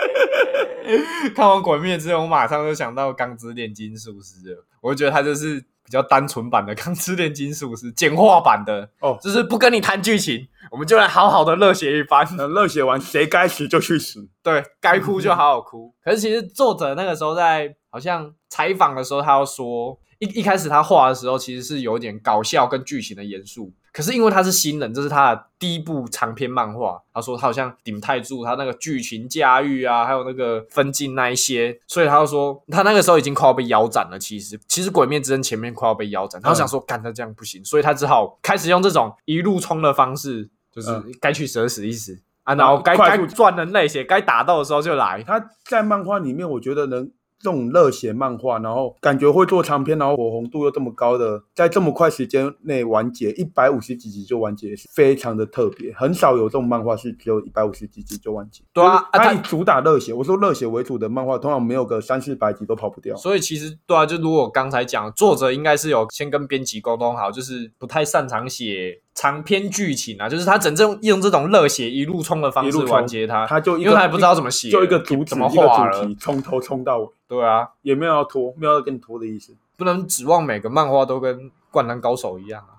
看完《鬼灭之刃》，我马上就想到《钢之炼金术师》了。我就觉得它就是比较单纯版的《钢之炼金术师》，简化版的
哦
就是不跟你谈剧情，我们就来好好的热血一番。
那呃热血完谁该死就去死，
对该哭就好好哭。可是其实作者那个时候在好像采访的时候，他要说一一开始他画的时候其实是有点搞笑跟剧情的严肃。可是因为他是新人，这是他的第一部长篇漫画。他说他好像顶太住他那个剧情驾驭啊，还有那个分镜那一些，所以他就说他那个时候已经快要被腰斩了。其实其实《鬼灭之刃》前面快要被腰斩，他就想说干他这样不行，所以他只好开始用这种一路冲的方式，就是
嗯
该去蛇死一死啊，然后该
快
该
速
赚人类血，该打斗的时候就来。
他在漫画里面，我觉得能这种热血漫画，然后感觉会做长篇，然后火红度又这么高的，在这么快时间内完结，一百五十几集就完结，非常的特别，很少有这种漫画是只有一百五十几集就完结。
对啊
就是
啊
它
它
以主打热血，我说热血为主的漫画，通常没有个三四百集都跑不掉。
所以其实对啊，就如我刚才讲，作者应该是有先跟编辑沟通好，就是不太擅长写长篇剧情啊，就是他整正用这种热血一路冲的方
一
式
路冲
完结它，
他就一
啊因
个
为他也不知道怎么写，
就一个主旨，
怎么
一个
画
主
了
题，，从头冲到尾，
对啊，
也没有要拖，没有要跟你拖的意思。
不能指望每个漫画都跟《灌篮高手》一样啊。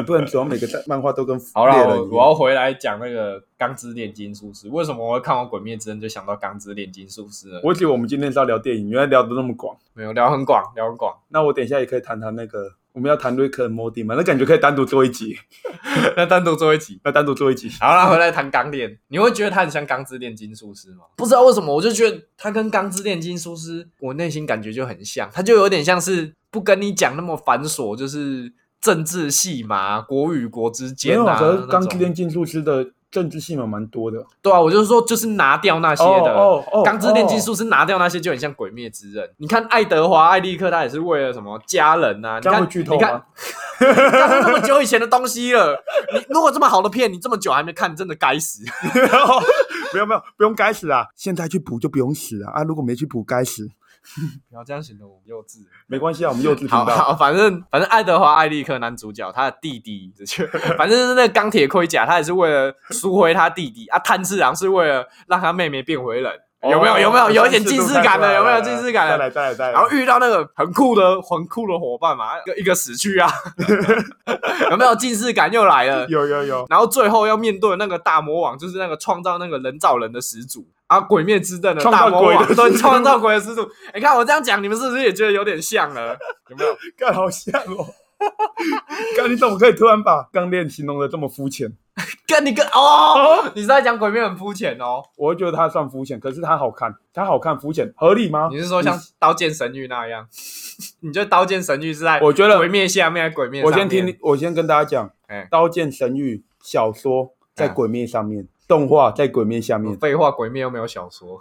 你不能指望每个漫画都跟
好啦，
猎人
我
一
我
样
要回来讲那个《钢之炼金术师》，为什么我会看完《鬼灭之刃》就想到《钢之炼金术师》呢？
我以为我们今天是要聊电影，原来聊得那么广。
没有聊很广，聊很广，
那我等一下也可以谈谈那个，我们要谈瑞克和莫蒂嘛？那感觉可以单独做一集，
那单独做一集。
那单独做一集。
好啦，回来谈钢炼，你会觉得它很像《钢之炼金术师》吗？不知道为什么，我就觉得它跟《钢之炼金术师》，我内心感觉就很像，它就有点像是不跟你讲那么繁琐，就是政治戏嘛，国与国之
没
间
有，
啊，
可是
那
钢
种
之炼金术师的政治戏码蛮多的。
对啊，我就是说，就是拿掉那些的。
哦哦，
钢之炼金
哦
术师拿掉那些就很像《鬼灭之刃》你看爱德华、艾利克，他也是为了什么家人啊？你
这样
看
会剧透
你看
吗？
干这么久以前的东西了，你如果这么好的片，你这么久还没看，真的该死。
哦没有没有，不用该死啊！现在去补就不用死啊！啊，如果没去补该死，
不要这样显得我们幼稚。
没关系啊，我们幼稚频
好
道。
好，反正反正爱德华·艾利克男主角他的弟弟，反正就是 那个钢铁盔甲，他也是为了赎回他弟弟啊。炭治郎是为了让他妹妹变回人，
哦
有没有？有没有？有一点既视感的，有没有既视感
再
的？
来再来再来。
然后遇到那个很酷的、很酷的伙伴嘛，一个一个死去啊， 有没有近视感又来了？
有有有，
然后最后要面对那个大魔王，就是那个创造那个人造人的始祖啊，《鬼灭之刃》的
创造
大魔
鬼
王
的
对
师
创
徒
造鬼的师徒，你看我这样讲，你们是不是也觉得有点像 了？有没有？
干好像哦。 干，你怎么可以突然把钢炼形容的这么肤浅？
跟你跟哦，你是在讲鬼灭很肤浅哦？
我会觉得它算肤浅，可是它好看，它好看肤浅合理吗？
你是说像《刀剑神域》那样？ 你觉得《刀剑神域》是在
我觉得
鬼灭下面，还是鬼灭
我
上
先听
面？
你，我先跟大家讲，
哎
刀剑神域》小说在
啊
《鬼灭》上面，动画在《鬼灭》下面。
废话，鬼灭又没有小说。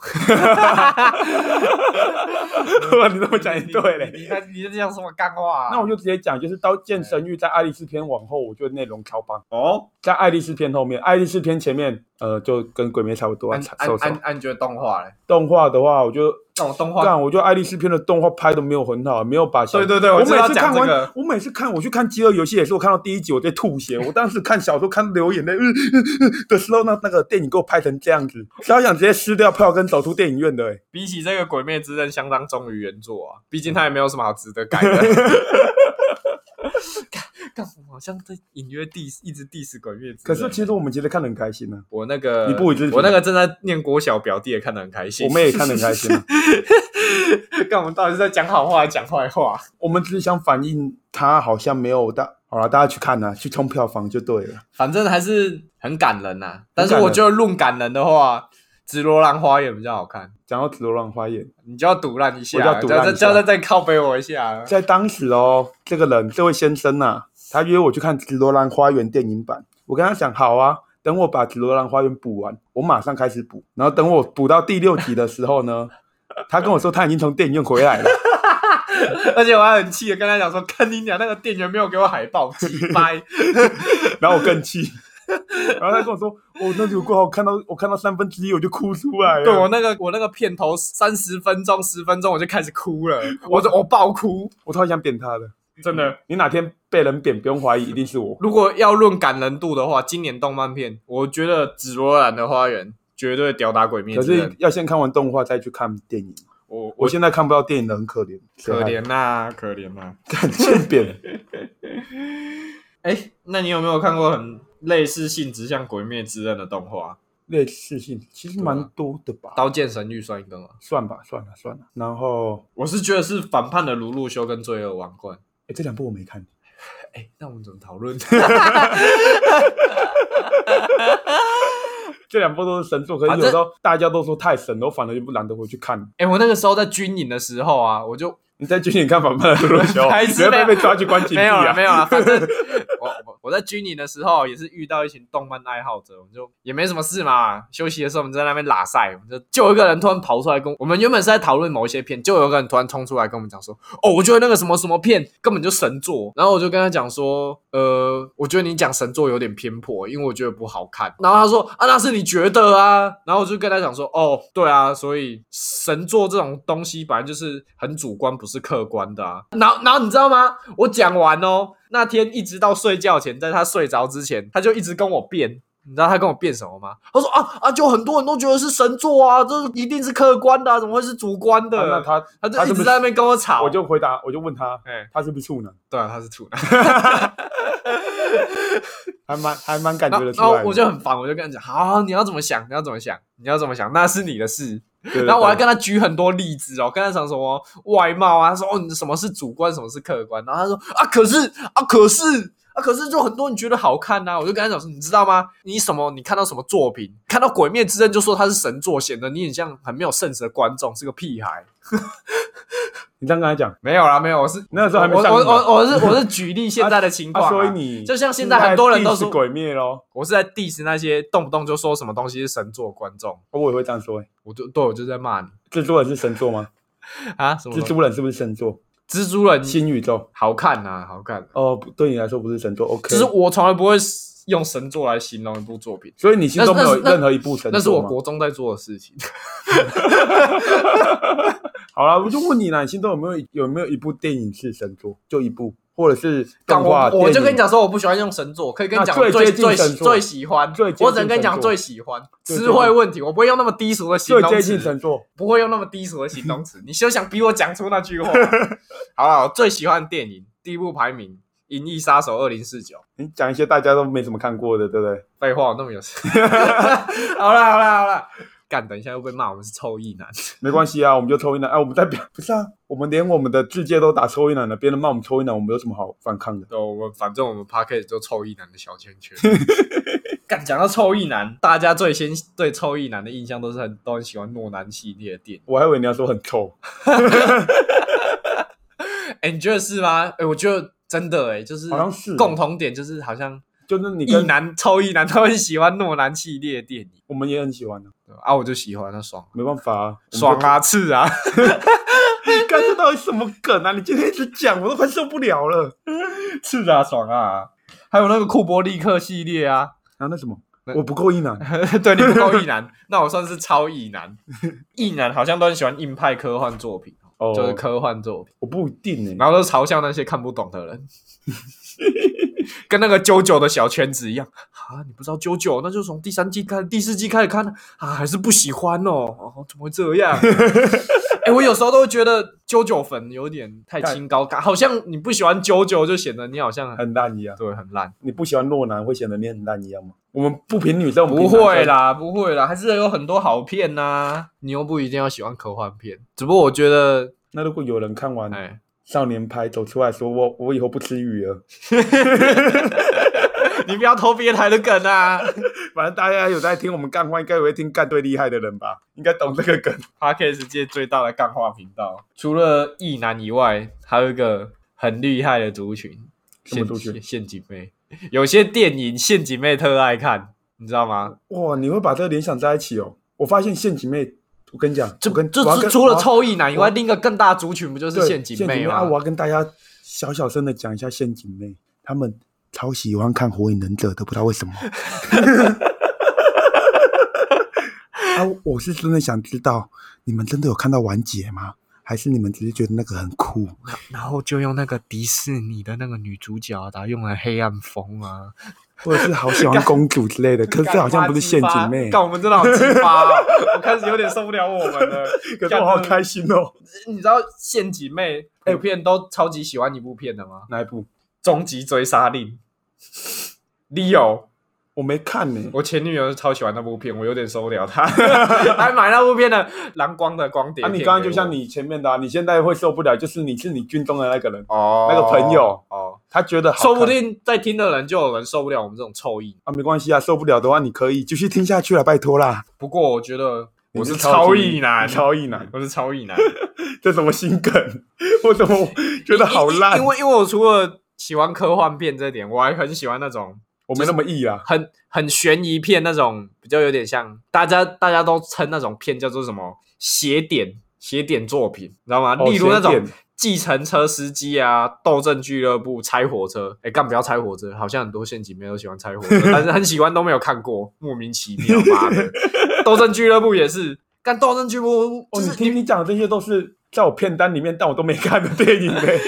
你这么讲也 对
你
嘞。
你在你在讲什么干话啊、
那我就直接讲，就是《刀剑神域》在《爱丽丝篇》往后，我觉得内容超棒。
哦，
在《爱丽丝篇》后面，《爱丽丝篇》前面，呃，就跟《鬼灭》差不多啊
按。
收
按
手
按按觉得动画嘞，
动画的话，我就
这种动画，
干，我觉得《爱丽丝篇》的动画拍的没有很好，没有把小
对对对，
我
知
每
道
次
讲
看
这
完，
个。
我每次看我去看《饥饿游戏》也是，我看到第一集我在吐血。我当时看小说看流眼泪、呃呃呃的时候，那那个电影给我拍成这样子，超想直接撕掉票跟走出电影院的、欸。
比起这个《鬼灭之刃》，相当忠于原作啊，毕
嗯
竟它也没有什么好值得改 的。干干，我好像在隐约 diss 一直 diss 鬼灭之刃。
可是其实我们其实看得很开心啊呢、
我那个
你不予置评
我那个正在念国小表弟也看得很开心。
我们也看得很开心、啊。
干我们到底是在讲好话还是讲坏话？
我们只是想反映它好像没有大，好了，大家去看呐、去冲票房就对了。
反正还是很感人呐、但
很感人
是我觉得论感人的话，《紫罗兰花园》比较好看。
讲到《紫罗兰花园》，
你就要堵烂一下，
我就要堵烂一下
就要再再靠背我一下。
在当时哦，这个人这位先生呐、他约我去看《紫罗兰花园》电影版。我跟他讲，好啊，等我把《紫罗兰花园》补完，我马上开始补。然后等我补到第六集的时候呢， 他跟我说他已经从电影院回来了。
而且我还很气的跟他讲说：“看你俩那个店员没有给我海报，鸡掰！
然后我更气， 然后他跟我说，我那如果我看到我看到三分之一我就哭出来了。
对我啊那个我那个片头三十分钟十分钟我就开始哭了，我就我爆哭，
我超想扁他的。
真的。
你哪天被人扁，不用怀疑，一定是 我。
如果要论感人度的话，今年动漫片，我觉得《紫罗兰的花园》绝对吊打《鬼灭
可
之刃
是》。要先看完动画再去看电影。
我
我现在看不到电影了，很可怜，
可怜呐、可怜呐、
很欠扁。
哎、那你有没有看过很类似性质像《鬼灭之刃》的动画？
类似性其
啊
实蛮多的吧，
《刀剑神域》算一个吗？
算吧，算了算了。然后，
我是觉得是反叛的《鲁鲁修》跟《罪恶王冠》。
哎，这两部我没看，
哎，那我们怎么讨论？
这两部都是神作，可
反
是
正
有时候大家都说太神了，我反而就不懒得回去看。
哎，我那个时候在军营的时候啊，我就，
你在军营看反派的罗修
白痴
直接
没
被
有
被抓去关禁
没
闭
有了，
啊！
没有了。反正我我我在军营的时候也是遇到一群动漫爱好者，我们就也没什么事嘛。休息的时候我们在那边拉赛，我们就就有一个人突然跑出来跟我我们原本是在讨论某一些片，就有一个人突然冲出来跟我们讲说：“哦，我觉得那个什么什么片根本就神作。”然后我就跟他讲说：“呃，我觉得你讲神作有点偏颇，因为我觉得不好看。”然后他说：“啊，那是你觉得啊。”然后我就跟他讲说：“哦，对啊，所以神作这种东西本来就是很主观，不是客观的啊。”然后，然后你知道吗？我讲完哦，那天一直到睡觉前，在他睡着之前，他就一直跟我辩。你知道他跟我辩什么吗？他说啊啊，就很多人都觉得是神作啊，这一定是客观的、啊，怎么会是主观的？
啊那他
他
他
就
是
一直
不
在那
是？
边跟我吵，
我就回答，我就问他，
哎、
他是不是处男？
对啊，他是处男，
还蛮还蛮感
然
觉
后
得出
然后
来的。
我就很烦，我就跟他讲，好，你要怎么想，你要怎么想，你要怎么想，那是你的事。
对，对
然后我还
对
跟他举很多例子哦，跟他讲什么外貌啊，他说哦，你什么是主观，什么是客观，然后他说啊，可是啊，可是啊，可是就很多人觉得好看呐、我就跟他讲说，你知道吗？你什么？你看到什么作品？看到《鬼灭之刃》就说它是神作，显得你很像很没有 sense 的观众，是个屁孩。
你这样跟他讲，
没有啦，没有，我是
那时候还没
我
上
我
映吧
我我是我是举例现在的情 况、
啊
啊，
所以你
就像现在很多人都
是
说
在 diss 鬼灭咯，
我是在 diss 那些动不动就说什么东西是神作的观众，
我也会这样说。欸
我就对我就在骂你
蜘蛛人是神作吗？
啊，什么嗯
蜘蛛人是不是神作？
蜘蛛人
新宇宙
好看呐、好看、啊
哦，不对你来说不是神作，OK。
只是我从来不会用神作来形容一部作品，
所以你心中没有
那是那是
任何一部神作
那是我
吗
国中在做的事情。
好了，我就问你啦，你心中有没有有没有一部电影是神作？就一部，或者是
干
动画
我
电影？
我就跟你讲说，我不喜欢用神作，我可以跟你讲
那
我
最接
最
近
最
神作
最喜欢，
最接近
我只能跟你讲
神作
最喜欢。
最接
词
近
汇问题，我不会用那么低俗的形
最
容
接近
词，
神作，
不会用那么低俗的形容词。你休想逼我讲出那 句话。好了，我最喜欢的电影第一部排名《银翼杀手二零四九》。
你讲一些大家都没怎么看过的，对不对？
废话，我那么有事。好啦好啦好啦，干，等一下又被骂我们是臭意男。
没关系啊，我们就抽一男。哎、我们代表不是啊，我们连我们的字界都打抽一男了，别人骂我们抽一男，我们有什么好反抗的？
对，我们反正我们 p a r k e t 就臭意男的小圈圈。 干，讲到臭意男，大家最先对臭意男的印象都是很都很喜欢诺南系列的电影。
我还以为你要说很臭，
哎、你觉得是吗？哎、我觉得真的哎、就是
好像是
共同点，就是好像
就是你
意
跟
男臭意男都很喜欢诺南系列的电影。
我们也很喜欢啊，
对啊，我就喜欢，那爽
没办法、啊，
爽啊，刺啊！
我们就！ 干这到底什么梗啊？你今天一直讲，我都快受不了了。
是啊，爽啊！还有那个库伯利克系列啊，
啊，那什么
那，
我不够一男，
对你不够意男，那我算是超意男。意男好像都很喜欢硬派科幻作品，
哦，
就是科幻作品，
我不一定欸呢、
然后都嘲笑那些看不懂的人， 跟那个啾啾的小圈子一样啊！你不知道啾啾，那就从第三季看，第四季开始看啊，还是不喜欢哦，哦怎么会这 样？哎、我有时候都会觉得啾啾粉有点太清高感，好像你不喜欢啾啾，就显得你好像很
很烂一样。
对很烂。
你不喜欢诺南，会显得你很烂一样吗？我们不评女生，我们
不
评
会
男生，
啦，不会啦，还是有很多好片啊呐、你又不一定要喜欢科幻片，只不过我觉得，
那如果有人看完
哎，
少年派走出来说我我以后不吃鱼了，
你不要偷别台的梗啊
反正大家有在听我们干话，应该也会听干最厉害的人吧，应该懂这个梗。
！Podcast 界最大的干话频道，除了异男以外，还有一个很厉害的族群，
什么
陷
族群
陷陷阱妹。有些电影陷阱妹特爱看，你知道吗？
哇，你会把这个联想在一起哦。我发现陷阱妹，我跟你讲，
就
我跟
就
我要
是
跟
除
我
了
要
臭意男以
我
外，另一个更大的族群不就是
对
陷阱妹吗？
啊，我要跟大家小小声的讲一下陷阱妹，他们超喜欢看《火影忍者》的，不知道为什么。 啊，我是真的想知道，你们真的有看到完结吗？还是你们只是觉得那个很酷？
然后就用那个迪士尼的那个女主角、啊，用了黑暗风啊，
或者是好喜欢公主之类的？可是这好像不是陷阱妹，
干我们真的好激发、哦， 我开始有点受不了我们了。
可是我好开心哦！
你知道陷阱妹
哎
普遍都超级喜欢一部片的吗？
哪一部？
《终极追杀令》Leo，
我没看呢、
我前女友超喜欢那部片，我有点受不了 她，还买那部片的蓝光的光碟
啊，
片给我。
你刚刚就像你前面的、啊，你现在会受不了，就是你是你军中的那个人，
哦
那个朋友
哦，
他觉得好看
说不定在听的人就有人受不了我们这种臭意。
啊，没关系啊，受不了的话你可以继续听下去了，拜托啦。
不过我觉得我是
你
超
级嗯
意男，
超意男，
我是超意男。
这什么新梗？ 我怎么觉得好烂？
因为因为我除了喜欢科幻片这点，我还很喜欢那种
我没那么意啊，
很很悬疑片那种，比较有点像大家大家都称那种片叫做什么邪典邪典作品，你知道吗？
哦
例如那
邪
种
典
计程车司机啊、斗争俱乐部、拆火车，哎，干不要拆火车，好像很多陷阱片都喜欢拆火车， 但是很喜欢都没有看过，莫名其妙，妈 的！斗争俱乐部也是，干斗争俱乐部
哦，
就
你
是
听你讲的这些都是在我片单里面，但我都没看的电影嘞。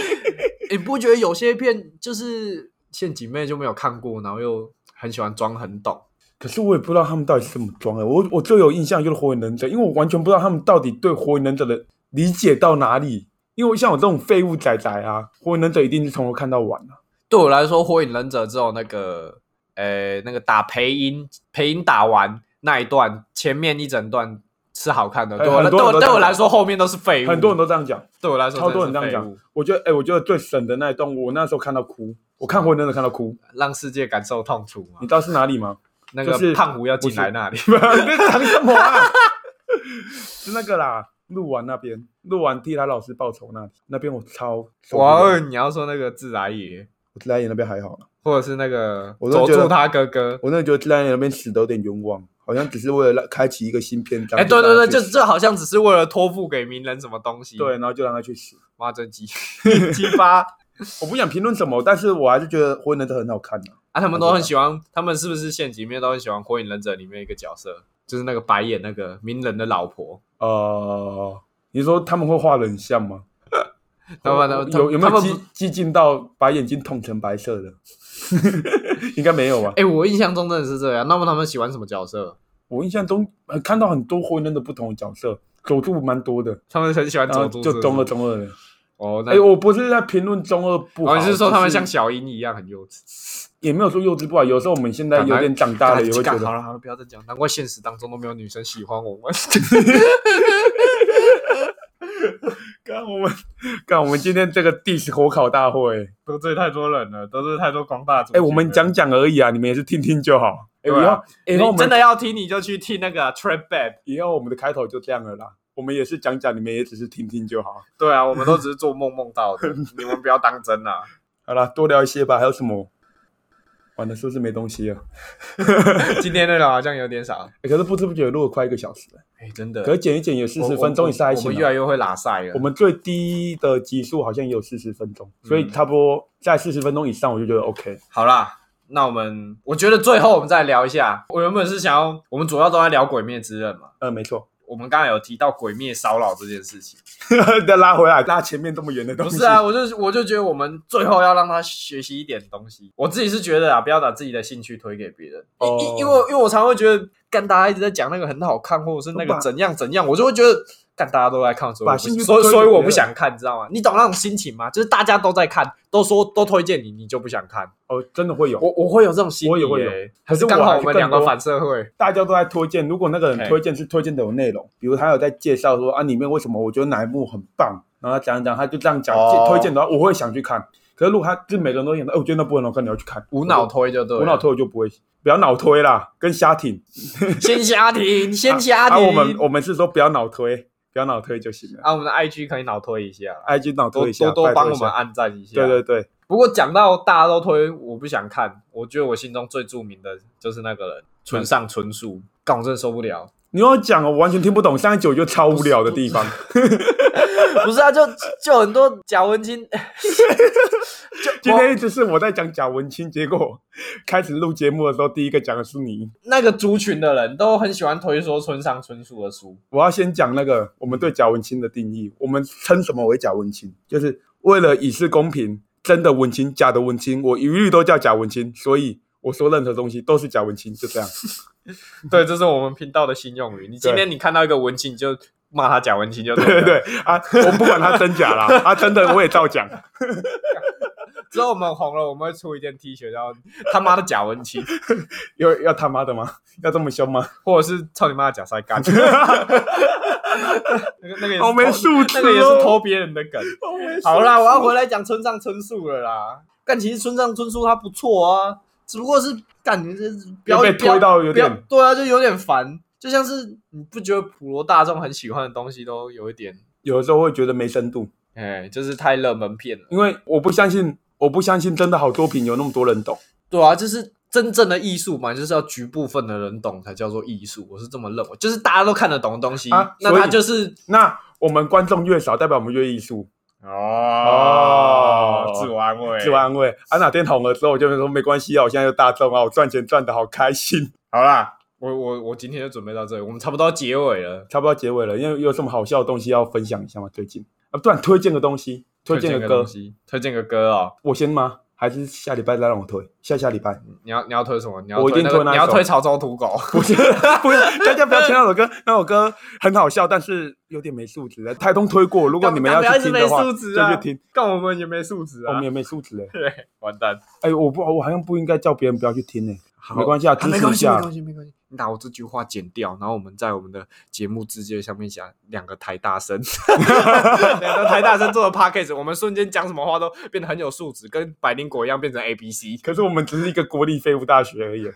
你不觉得有些片就是陷阱妹就没有看过，然后又很喜欢装很懂？
可是我也不知道他们到底是怎么装的。我我最有印象就是《火影忍者》，因为我完全不知道他们到底对《火影忍者》的理解到哪里。因为像我这种废物仔仔啊，《火影忍者》一定是从头看到晚啊。
对我来说，《火影忍者》只有那个呃那个打配音配音打完那一段，前面一整段是好看的。
哎
对我来
很多人
对我
都
对我
这样
来说，后面都是废物。
很多人都这样讲，
对我来说
超多人
真
这
的
样
是废
讲
物，。
我觉得，哎、我觉得最神的那一段，我那时候看到哭，我看《火影忍者》看到哭。
让世界感受痛楚嘛
你。知道是哪里吗？
那
就
个
是
胖虎要进来那里，
你在讲什么啊？ 是那个啦，鹿丸那边，鹿丸替他老师报仇那里，那 边我超受不
哇
了
哦！你要说那个自来也，
我自来也那边还好啦，
或者是那个
我
佐
都觉得
助他哥哥，
我真的觉得自来也那边死的有点冤枉，好像只是为了让开启一个新篇章。
哎，对对对，
就
就
让他去
这好像只是为了托付给鸣人什么东西。
对，然后就让他去死。
妈 真鸡鸡巴
我不想评论什么，但是我还是觉得《火影忍者》很好看的、
啊！他 们都很喜欢，他们是不是陷阱里面都很喜欢《火影忍者》里面一个角色，就是那个白眼那个鸣人的老婆？
呃，你说他们会画的很像吗？
他们他
哦有有没
他
有
们
激
不
激进到把眼睛捅成白色的？ 应该没有吧？
哎、我印象中真的是这样。那么他们喜欢什么角色？
我印象中呃看到很多火影忍者不同的角色，佐助蛮多的，
他们很喜欢
然后
佐助，
哦就中
了
二中二的。
哦，那
哎，我不是在评论中二不好，
哦，你是说他们像
只是
小樱一样很幼稚？
也没有说幼稚不好，有时候我们现在有点长大了，也会觉
干好
得
了好了，不要再讲，难怪现实当中都没有女生喜欢我们。
干我们干我们今天这个 diss 火烤大会，
得罪太多人了，得罪太多广大族
哎，
群了。
我们讲讲而已啊，你们也是听听就好。哎，以
对啊
后以后我
你真
们
的要听，你就去听那个啊 Trap Bad。
以后我们的开头就这样了啦，我们也是讲讲，你们也只是听听就好。
对啊，我们都只是做梦梦到 的，你们不要当真啊啦、
好啦，多聊一些吧，还有什么？完了，是不是没东西了？
今天内容好像有点少，
哎可是不知不觉录了快一个小时了，
哎，真的，
可是剪一剪也四
我
十分钟以上还
我
行
们
啊
越来越会拉塞了。
我们最低的集数好像也有四十分钟，所
嗯
以差不多在四十分钟以上，我就觉得 OK。
好啦，那我们我觉得最后我们再聊一下，我原本是想要，我们主要都在聊《鬼灭之刃》嘛，
呃，没错，
我们刚才有提到《鬼灭》骚扰这件事情。
再拉回来，拉前面这么远的东
不
西。
是啊，，我就我就觉得我们最后要让他学习一点东西。我自己是觉得啊，不要把自己的兴趣推给别人，因因、
哦
因为因为我常会觉得，干大家一直在讲那个很好看，或者是那
把
个怎样怎样，我就会觉得。干，大家都在看，所以我
把
不
兴趣
所以
推给
所以我不
别人
想看，知道吗？你懂那种心情吗？就是大家都在看，都说都推荐你，你就不想看。
哦，真的会有，
我我会有这种心理、
我
欸，
也会有
还
可是
是
我
刚好
还
我们
更
两个
多
反社会。
大家都在推荐。如果那个人
嘿
推荐是推荐的有内容，比如他有在介绍说啊，里面为什么我觉得哪一幕很棒，然后他讲一讲，他就这样讲、
哦
推荐的话，我会想去看。可是如果他就每个人都演的，哎，我觉得那部很好看，你要去看。
无脑推就对了，
我脑推我就不会，不要脑推啦，跟瞎挺。
先瞎停，先瞎
啊，
停。
我们我们是说不要脑推，不要脑推就行了。
啊，我们的 IG 可以脑推一下，
IG 脑
多
推一下，
啊多
拜
多
托
帮
一
我们
下。
按赞一下。
对对对，
不过讲到大家都推，我不想看。我觉得我心中最著名的就是那个人，村上春树，干我真的受不了。
你要讲我完全听不懂，上一集我就超无聊的地方。
不是啊，就就很多贾文清，
今天一直是我在讲贾文清，结果开始录节目的时候，第一个讲的是你。
那个族群的人都很喜欢推说村上春树的书。
我要先讲那个我们对贾文清的定义，我们称什么为贾文清，就是为了以示公平，真的文青、假的文青，我一律都叫贾文清，所以我说任何东西都是贾文清，就这 样。
对，这是我们频道的新用语。你今天你看到一个文青，你就骂他贾文清就 对
对
了。
对啊，我不管他真假啦，啊，真的我也照讲。
之后我们红了，我们会出一件 T 恤，叫他妈的贾文清，
要要他妈的吗？要这么凶吗？
或者是操你妈的贾塞 干。那个那个也是
好没
偷
素质
那个也是
哦
偷别人的梗。 好啦，我要回来讲村上春树了啦。但其实村上春树他不错啊，只不过是感觉就是不要
又被推到有
不要
点
对啊，就有点烦。就像是你不觉得普罗大众很喜欢的东西都有一点，
有的时候会觉得没深度，
哎，就是太热门片了。
因为我不相信，我不相信真的好作品有那么多人懂。
对啊，就是真正的艺术嘛，就是要局部分的人懂才叫做艺术，我是这么认为。就是大家都看得懂的东西，
啊
那
所以
它就是
那我们观众越少，代表我们越艺术，
哦，自我安慰，
自我。安慰。啊，哪天红了之后，我就会说没关系啊，我现在就大众啊，我赚钱赚的好开心。
好啦，
我我我今天就准备到这里，我们差不多要结尾了。
差不多要结尾了，因为有什么好笑的东西要分享一下吗？最近啊，不然推荐个东西，推荐个
个
歌
东，西，推荐个歌哦。
我先吗？还是下礼拜再让我推？下下礼拜
你要你要推什么？你要
我一定
那个
推那
你要
首
推潮州土狗。
不 是不是，大家不要听那首歌，那首歌很好笑，但是有点没素质。台东推 过，如果你们去听的话，
干嘛一直没素质啊
就去听。
干我们也没素质
我
啊
们！也没素质哎、
对，完蛋。
哎、我不，我好像不应该叫别人不要去听哎、没关系啊，支
没
持一
关系，没
下。
关系，没关系。你把我这句话剪掉，然后我们在我们的节目字界上面讲两个台大 生， 两个台大生做的 podcast，我们瞬间讲什么话都变得很有素质，跟百灵果一样变成 A B C。
可是我们只是一个国立废物大学而已。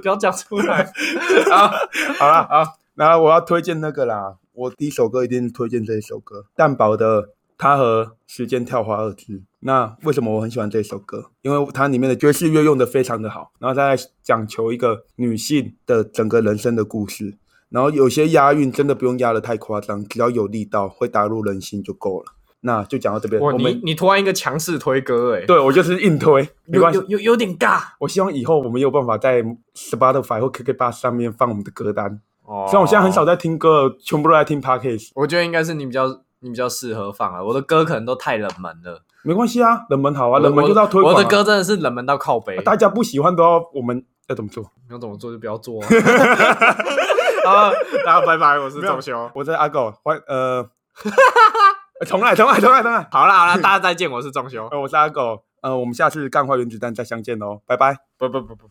不要讲出来 啊！
好啦，
好，
那我要推荐那个啦，我第一首歌一定推荐这一首歌，蛋堡的《他和时间跳花二字》。那为什么我很喜欢这首歌？因为它里面的爵士乐用的非常的好，然后它在讲求一个女性的整个人生的故事。然后有些押韵真的不用押的太夸张，只要有力道，会打入人心就够了。那就讲到这边，
哇，
我
你
们
你突然一个强势推歌、欸，哎，
对我就是硬推，没
有
关系
有。有有点尬。
我希望以后我们有办法在 Spotify 或 KK Bus 上面放我们的歌单。
哦
虽然我现在很少在听歌，全部都在听 Podcast，
我觉得应该是你比较你比较适合放啊，我的歌可能都太冷门了。
没关系啊，冷门好啊，
我的
冷门就是要推广、啊。
我的歌真的是冷门到靠北，
大家不喜欢都要，我们要怎么做？
你要怎么做就不要做 啊。 好，大家拜拜，我是啊
没有
钟修。
我是阿狗，欢呃，呃 重来，重来，重来，重来。
好啦好啦，大家再见，我是仲修，
呃，我是阿狗，呃，我们下次干坏原子弹再相见喽，拜拜。
不不不不。